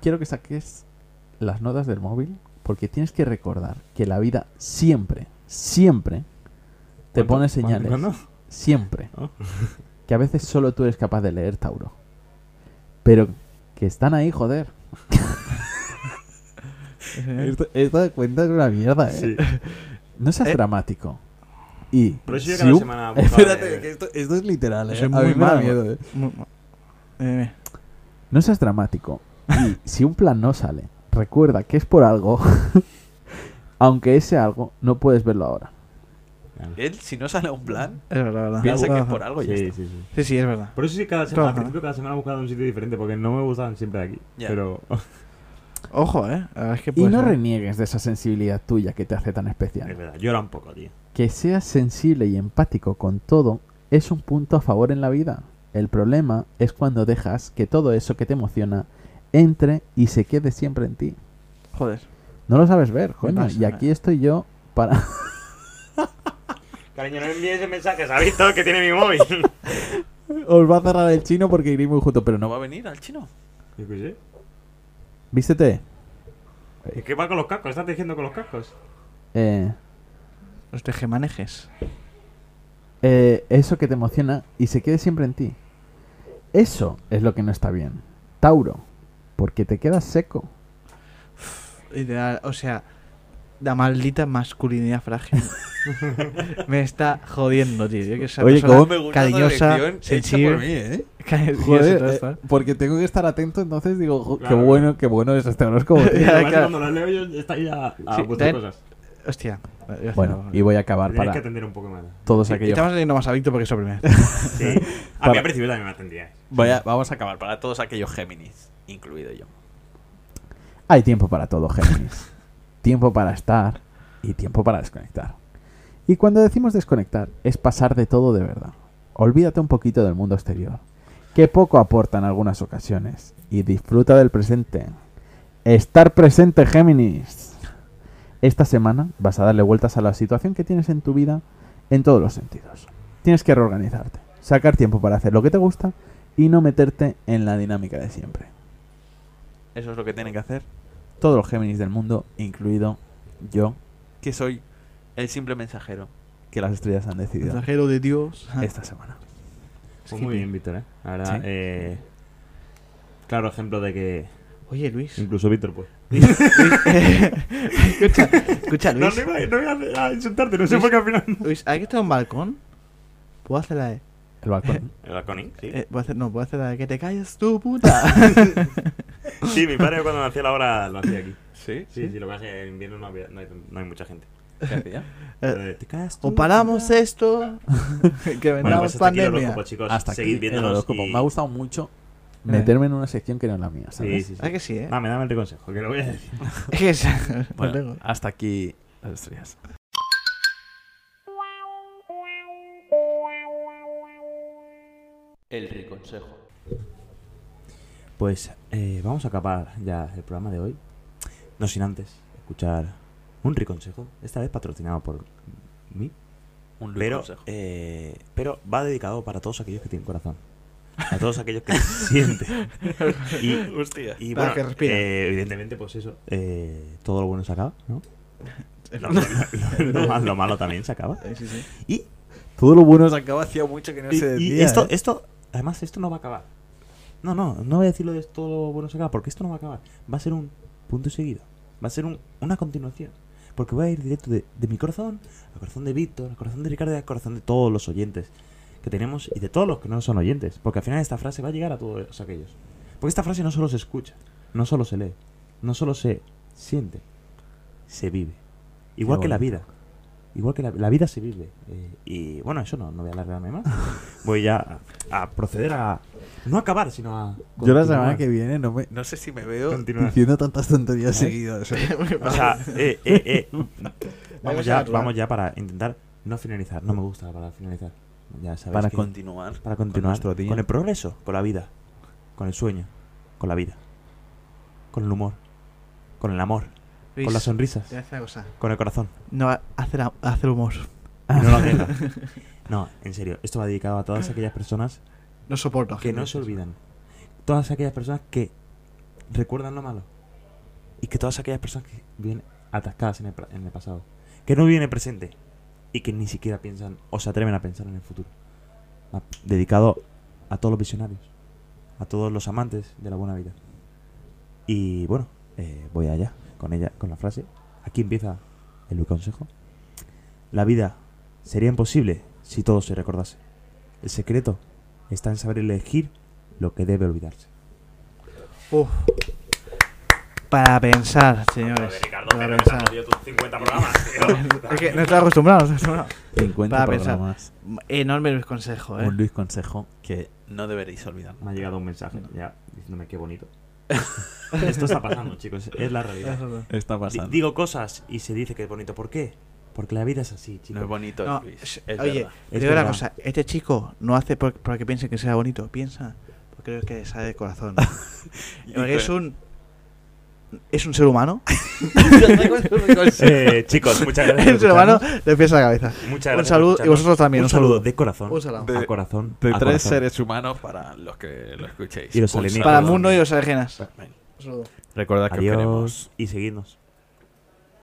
S1: quiero que saques las notas del móvil porque tienes que recordar que la vida siempre, siempre te pone
S2: ¿Cuánto- cuánto-
S1: señales.
S2: cuándo?
S1: Siempre.
S2: Oh.
S1: que a veces solo tú eres capaz de leer Tauro. Pero que están ahí, [LAUGHS] joder. Esto, esto de cuenta es una mierda, ¿eh?
S2: Sí.
S1: No seas
S7: Eh.
S1: dramático. Y.
S2: Por eso yo
S1: si
S2: cada
S1: un-
S2: semana. buscaba
S1: Espérate,
S2: de-
S1: que esto, esto es literal, ¿eh?
S5: Soy
S1: A
S5: muy
S1: mí me da
S5: malo.
S1: miedo, ¿eh?
S5: Muy- eh,
S1: No seas dramático. Y si un plan no sale, recuerda que es por algo. Aunque ese algo no puedes verlo ahora.
S7: Él, si no sale un plan,
S5: es verdad, verdad.
S7: piensa que es
S5: Trabaja.
S7: por algo y ya
S2: Sí,
S7: está.
S2: sí, sí.
S5: Sí, sí, es verdad.
S2: Por eso sí, cada semana, al
S5: Ajá.
S2: principio de cada semana he buscado un sitio diferente, porque no me gustaban siempre de aquí.
S7: Ya.
S2: Pero.
S5: Ojo, eh. La verdad es que
S1: Y
S5: puede
S1: no
S5: ser.
S1: reniegues de esa sensibilidad tuya que te hace tan
S2: [LAUGHS] Es
S1: especial.
S2: verdad, llora un poco, tío.
S1: Que seas sensible y empático con todo es un punto a favor en la vida. El problema es cuando dejas que todo eso que te emociona entre y se quede siempre en ti.
S5: Joder.
S1: No lo sabes ver, coño.
S5: pasa,
S1: y aquí estoy yo para, [LAUGHS]
S2: Cariño, no me envíes mensajes, ha visto que tiene mi móvil.
S1: Os va a cerrar el chino porque iréis muy juntos, pero no
S7: ¿No va
S1: va.
S7: a venir al chino?
S2: [LAUGHS] Yo qué sé.
S1: Vístete.
S2: Es que va con los cascos, estás tejiendo con los cascos.
S1: Eh,
S5: Los tejemanejes.
S1: eh, eso que te emociona y se quede siempre en ti. Eso es lo que no está bien. Tauro, porque te quedas seco.
S5: Ideal, o sea, la maldita masculinidad
S7: [LAUGHS]
S5: frágil. me está jodiendo, tío. Yo que soy una
S1: Oye,
S5: persona
S1: ¿cómo
S5: cariñosa, sensible.
S7: ¿eh?
S5: [LAUGHS]
S2: [LAUGHS]
S5: cariñosa, todo esto, ¿eh?
S1: porque tengo que estar atento, entonces digo, jo,
S2: Claro.
S1: qué bueno es este
S2: [LAUGHS]
S1: horóscopo. tío.
S5: Ya,
S2: Lo que pasa es que
S5: claro.
S2: Cuando las leo yo, está ahí a, a
S5: Sí,
S2: buscar
S5: también-
S2: cosas.
S5: Hostia. Yo-
S1: bueno, y voy a acabar
S2: Tienes que
S1: para
S2: atender un poco más.
S1: todos
S5: Sí,
S1: aquellos.
S5: Estamos saliendo más a Víctor porque es
S1: [LAUGHS]
S5: el primero.
S2: Sí. A
S1: Para-
S2: mí al principio también me atendía.
S7: Vaya, vamos a acabar para todos aquellos Géminis, incluido yo.
S1: Hay tiempo para todo, Géminis. tiempo para estar y tiempo para desconectar. Y cuando decimos desconectar, es pasar de todo de verdad. Olvídate un poquito del mundo exterior, que poco aporta en algunas ocasiones, y disfruta del presente. Estar presente, Géminis. Esta semana vas a darle vueltas a la situación que tienes en tu vida en todos los sentidos. Tienes que reorganizarte, sacar tiempo para hacer lo que te gusta y no meterte en la dinámica de siempre
S7: Eso es lo que tienen que hacer.
S1: todos los Géminis del mundo, incluido yo,
S7: Que soy el simple mensajero.
S1: que las estrellas han decidido
S5: Mensajero de Dios.
S1: esta semana.
S2: Pues muy bien, Víctor, ¿eh? La verdad,
S1: Sí.
S2: eh, claro ejemplo de que
S5: Oye, Luis.
S2: incluso Víctor, pues.
S5: escucha, escucha,
S2: No,
S5: Ah, Luis.
S2: no iba, no iba a insultarte, no sé por qué al final.
S5: Luis, ¿hay que estar en un balcón? ¿Puedo hacer la de.?
S1: El balcón.
S2: ¿El Connie? Sí.
S5: eh, ¿puedo hacer- no, puedo hacer la de que te calles tú, puta.
S2: [LAUGHS] Sí, mi padre cuando hacía la hora lo hacía aquí.
S7: ¿Sí?
S2: Sí, sí, lo que pasa es que en invierno no, había- no hay, no hay mucha gente.
S7: ¿Qué hacía?
S5: Eh,
S2: Eh, ¿Te caes tú?
S5: o paramos esto. que
S2: Bueno,
S5: vendamos
S2: pues hasta aquí el
S5: pandemia.
S2: horóscopo, chicos.
S1: Hasta
S2: Seguid
S1: aquí el
S2: viéndonos.
S1: horóscopo.
S2: y-
S5: [LAUGHS]
S1: Me ha gustado mucho meterme en una sección que no es la mía,
S2: Sí,
S1: ¿sabes?
S2: sí, sí.
S5: Ah, que sí, ¿eh?
S2: Dame, dame el consejo, que lo voy a decir.
S5: [LAUGHS] Es que es-
S1: Bueno,
S5: [LAUGHS] lo tengo.
S1: hasta aquí las estrellas.
S7: El reconsejo.
S2: Pues eh, vamos a acabar ya el programa de hoy. No sin antes escuchar un riconsejo, esta vez patrocinado por mí.
S7: Un
S2: Pero,
S7: [LAUGHS] reconsejo.
S2: eh, pero va dedicado para todos aquellos que tienen corazón. A todos aquellos que [LAUGHS] sienten. Y,
S7: Hostia.
S2: y
S5: Para
S2: bueno,
S5: que respiren.
S2: eh, evidentemente, pues eso. eh, todo lo bueno se acaba,
S1: [LAUGHS]
S2: ¿no? [LAUGHS] Lo, lo- lo- lo mal- lo malo también se acaba.
S5: Eh, sí, sí.
S2: Y,
S1: Todo lo bueno se acaba hacía mucho que no
S2: y- y
S1: decía,
S2: esto,
S1: ¿eh?
S2: esto, además, esto no va a acabar. No, no, no voy a decirlo de todo lo bueno se acaba, porque esto no va a acabar. Va a ser un punto y seguido. Va a ser un- una continuación. Porque voy a ir directo de, de mi corazón al corazón de Víctor, al corazón de Ricardo y al corazón de todos los oyentes que tenemos y de todos los que no son oyentes. Porque al final esta frase va a llegar a todos aquellos. Porque esta frase no solo se escucha, no solo se lee, no solo se siente, se vive. Igual que la vida. Igual que la, la vida se vive. Eh, y bueno, eso no, no voy a alargarme más. Voy ya a, a proceder a. No a acabar, sino a.
S1: Yo la
S2: continuar.
S1: semana que viene ¿eh? no me
S7: No sé si me veo.
S2: Continuar.
S1: diciendo tantas tonterías seguidas.
S2: O sea, eh, eh, eh.
S5: Vamos a
S2: Vamos ya,
S5: natural.
S2: vamos ya para intentar no finalizar. No me gusta para finalizar. Ya sabéis
S7: Para
S2: que-
S7: continuar.
S2: para continuar
S1: nuestro día.
S2: con el progreso, con la vida, con el sueño, con la vida, con el humor, con el amor,
S5: Luis,
S2: con las sonrisas,
S5: te voy a decir una cosa.
S2: con el corazón.
S5: No ha- hacer, a- hacer humor.
S2: Y [LAUGHS] no la mierda. No, en serio, esto va dedicado a todas aquellas personas
S5: No soporto.
S2: que no se olvidan. Todas aquellas personas que recuerdan lo malo. Y que todas aquellas personas que viven atascadas en el, pra- en el pasado. Que no viven el presente. Y que ni siquiera piensan o se atreven a pensar en el futuro. Va Dedicado a todos los visionarios. A todos los amantes de la buena vida. Y bueno, eh, voy allá con ella, con la frase. Aquí empieza el consejo. La vida sería imposible si todo se recordase. El secreto está en saber elegir lo que debe olvidarse.
S5: Uf. Para pensar, señores. para pensar. [LAUGHS] es que no estoy acostumbrado. no estoy acostumbrado.
S1: 50
S5: Para pensar.
S1: programas.
S5: Enorme Luis consejo, eh.
S1: Un Luis Consejo que
S7: No deberéis olvidar.
S2: Me ha llegado un mensaje ya diciéndome qué
S5: [LAUGHS]
S2: bonito. Esto está pasando, chicos, es la realidad.
S1: está
S2: Di-
S1: pasando.
S2: digo cosas y se dice que es bonito. ¿Por qué? Porque la vida es así,
S7: No es
S2: chicos.
S7: bonito,
S5: No,
S7: Luis.
S5: sh-
S7: Es
S5: oye,
S7: verdad.
S1: [LAUGHS]
S5: te
S2: Es
S5: digo una
S2: verdad.
S5: cosa. Este chico no hace por- para que piense que sea bonito. Piensa porque creo que sale
S2: [LAUGHS]
S5: de corazón. Porque
S7: [LAUGHS]
S5: es un. Es un ser humano.
S2: [LAUGHS]
S5: [LAUGHS]
S1: [LAUGHS]
S2: Eh, chicos, muchas gracias. por
S5: El ser humano
S2: escucharnos.
S5: de pies a la cabeza.
S2: Muchas gracias
S5: Un
S2: por
S5: saludo. Y
S2: escucharnos.
S5: vosotros también.
S2: un saludo de corazón.
S5: Un saludo.
S2: A corazón.
S1: de
S2: a
S1: tres
S2: corazón.
S1: seres
S7: humanos para los que lo escuchéis.
S2: Ah, Y los
S7: Un
S2: alienígenas.
S5: Para
S2: Saludo.
S5: Mundo y los ajenas.
S7: saludo.
S5: Un saludo.
S1: Recordad que os queremos.
S2: Adiós y seguidnos.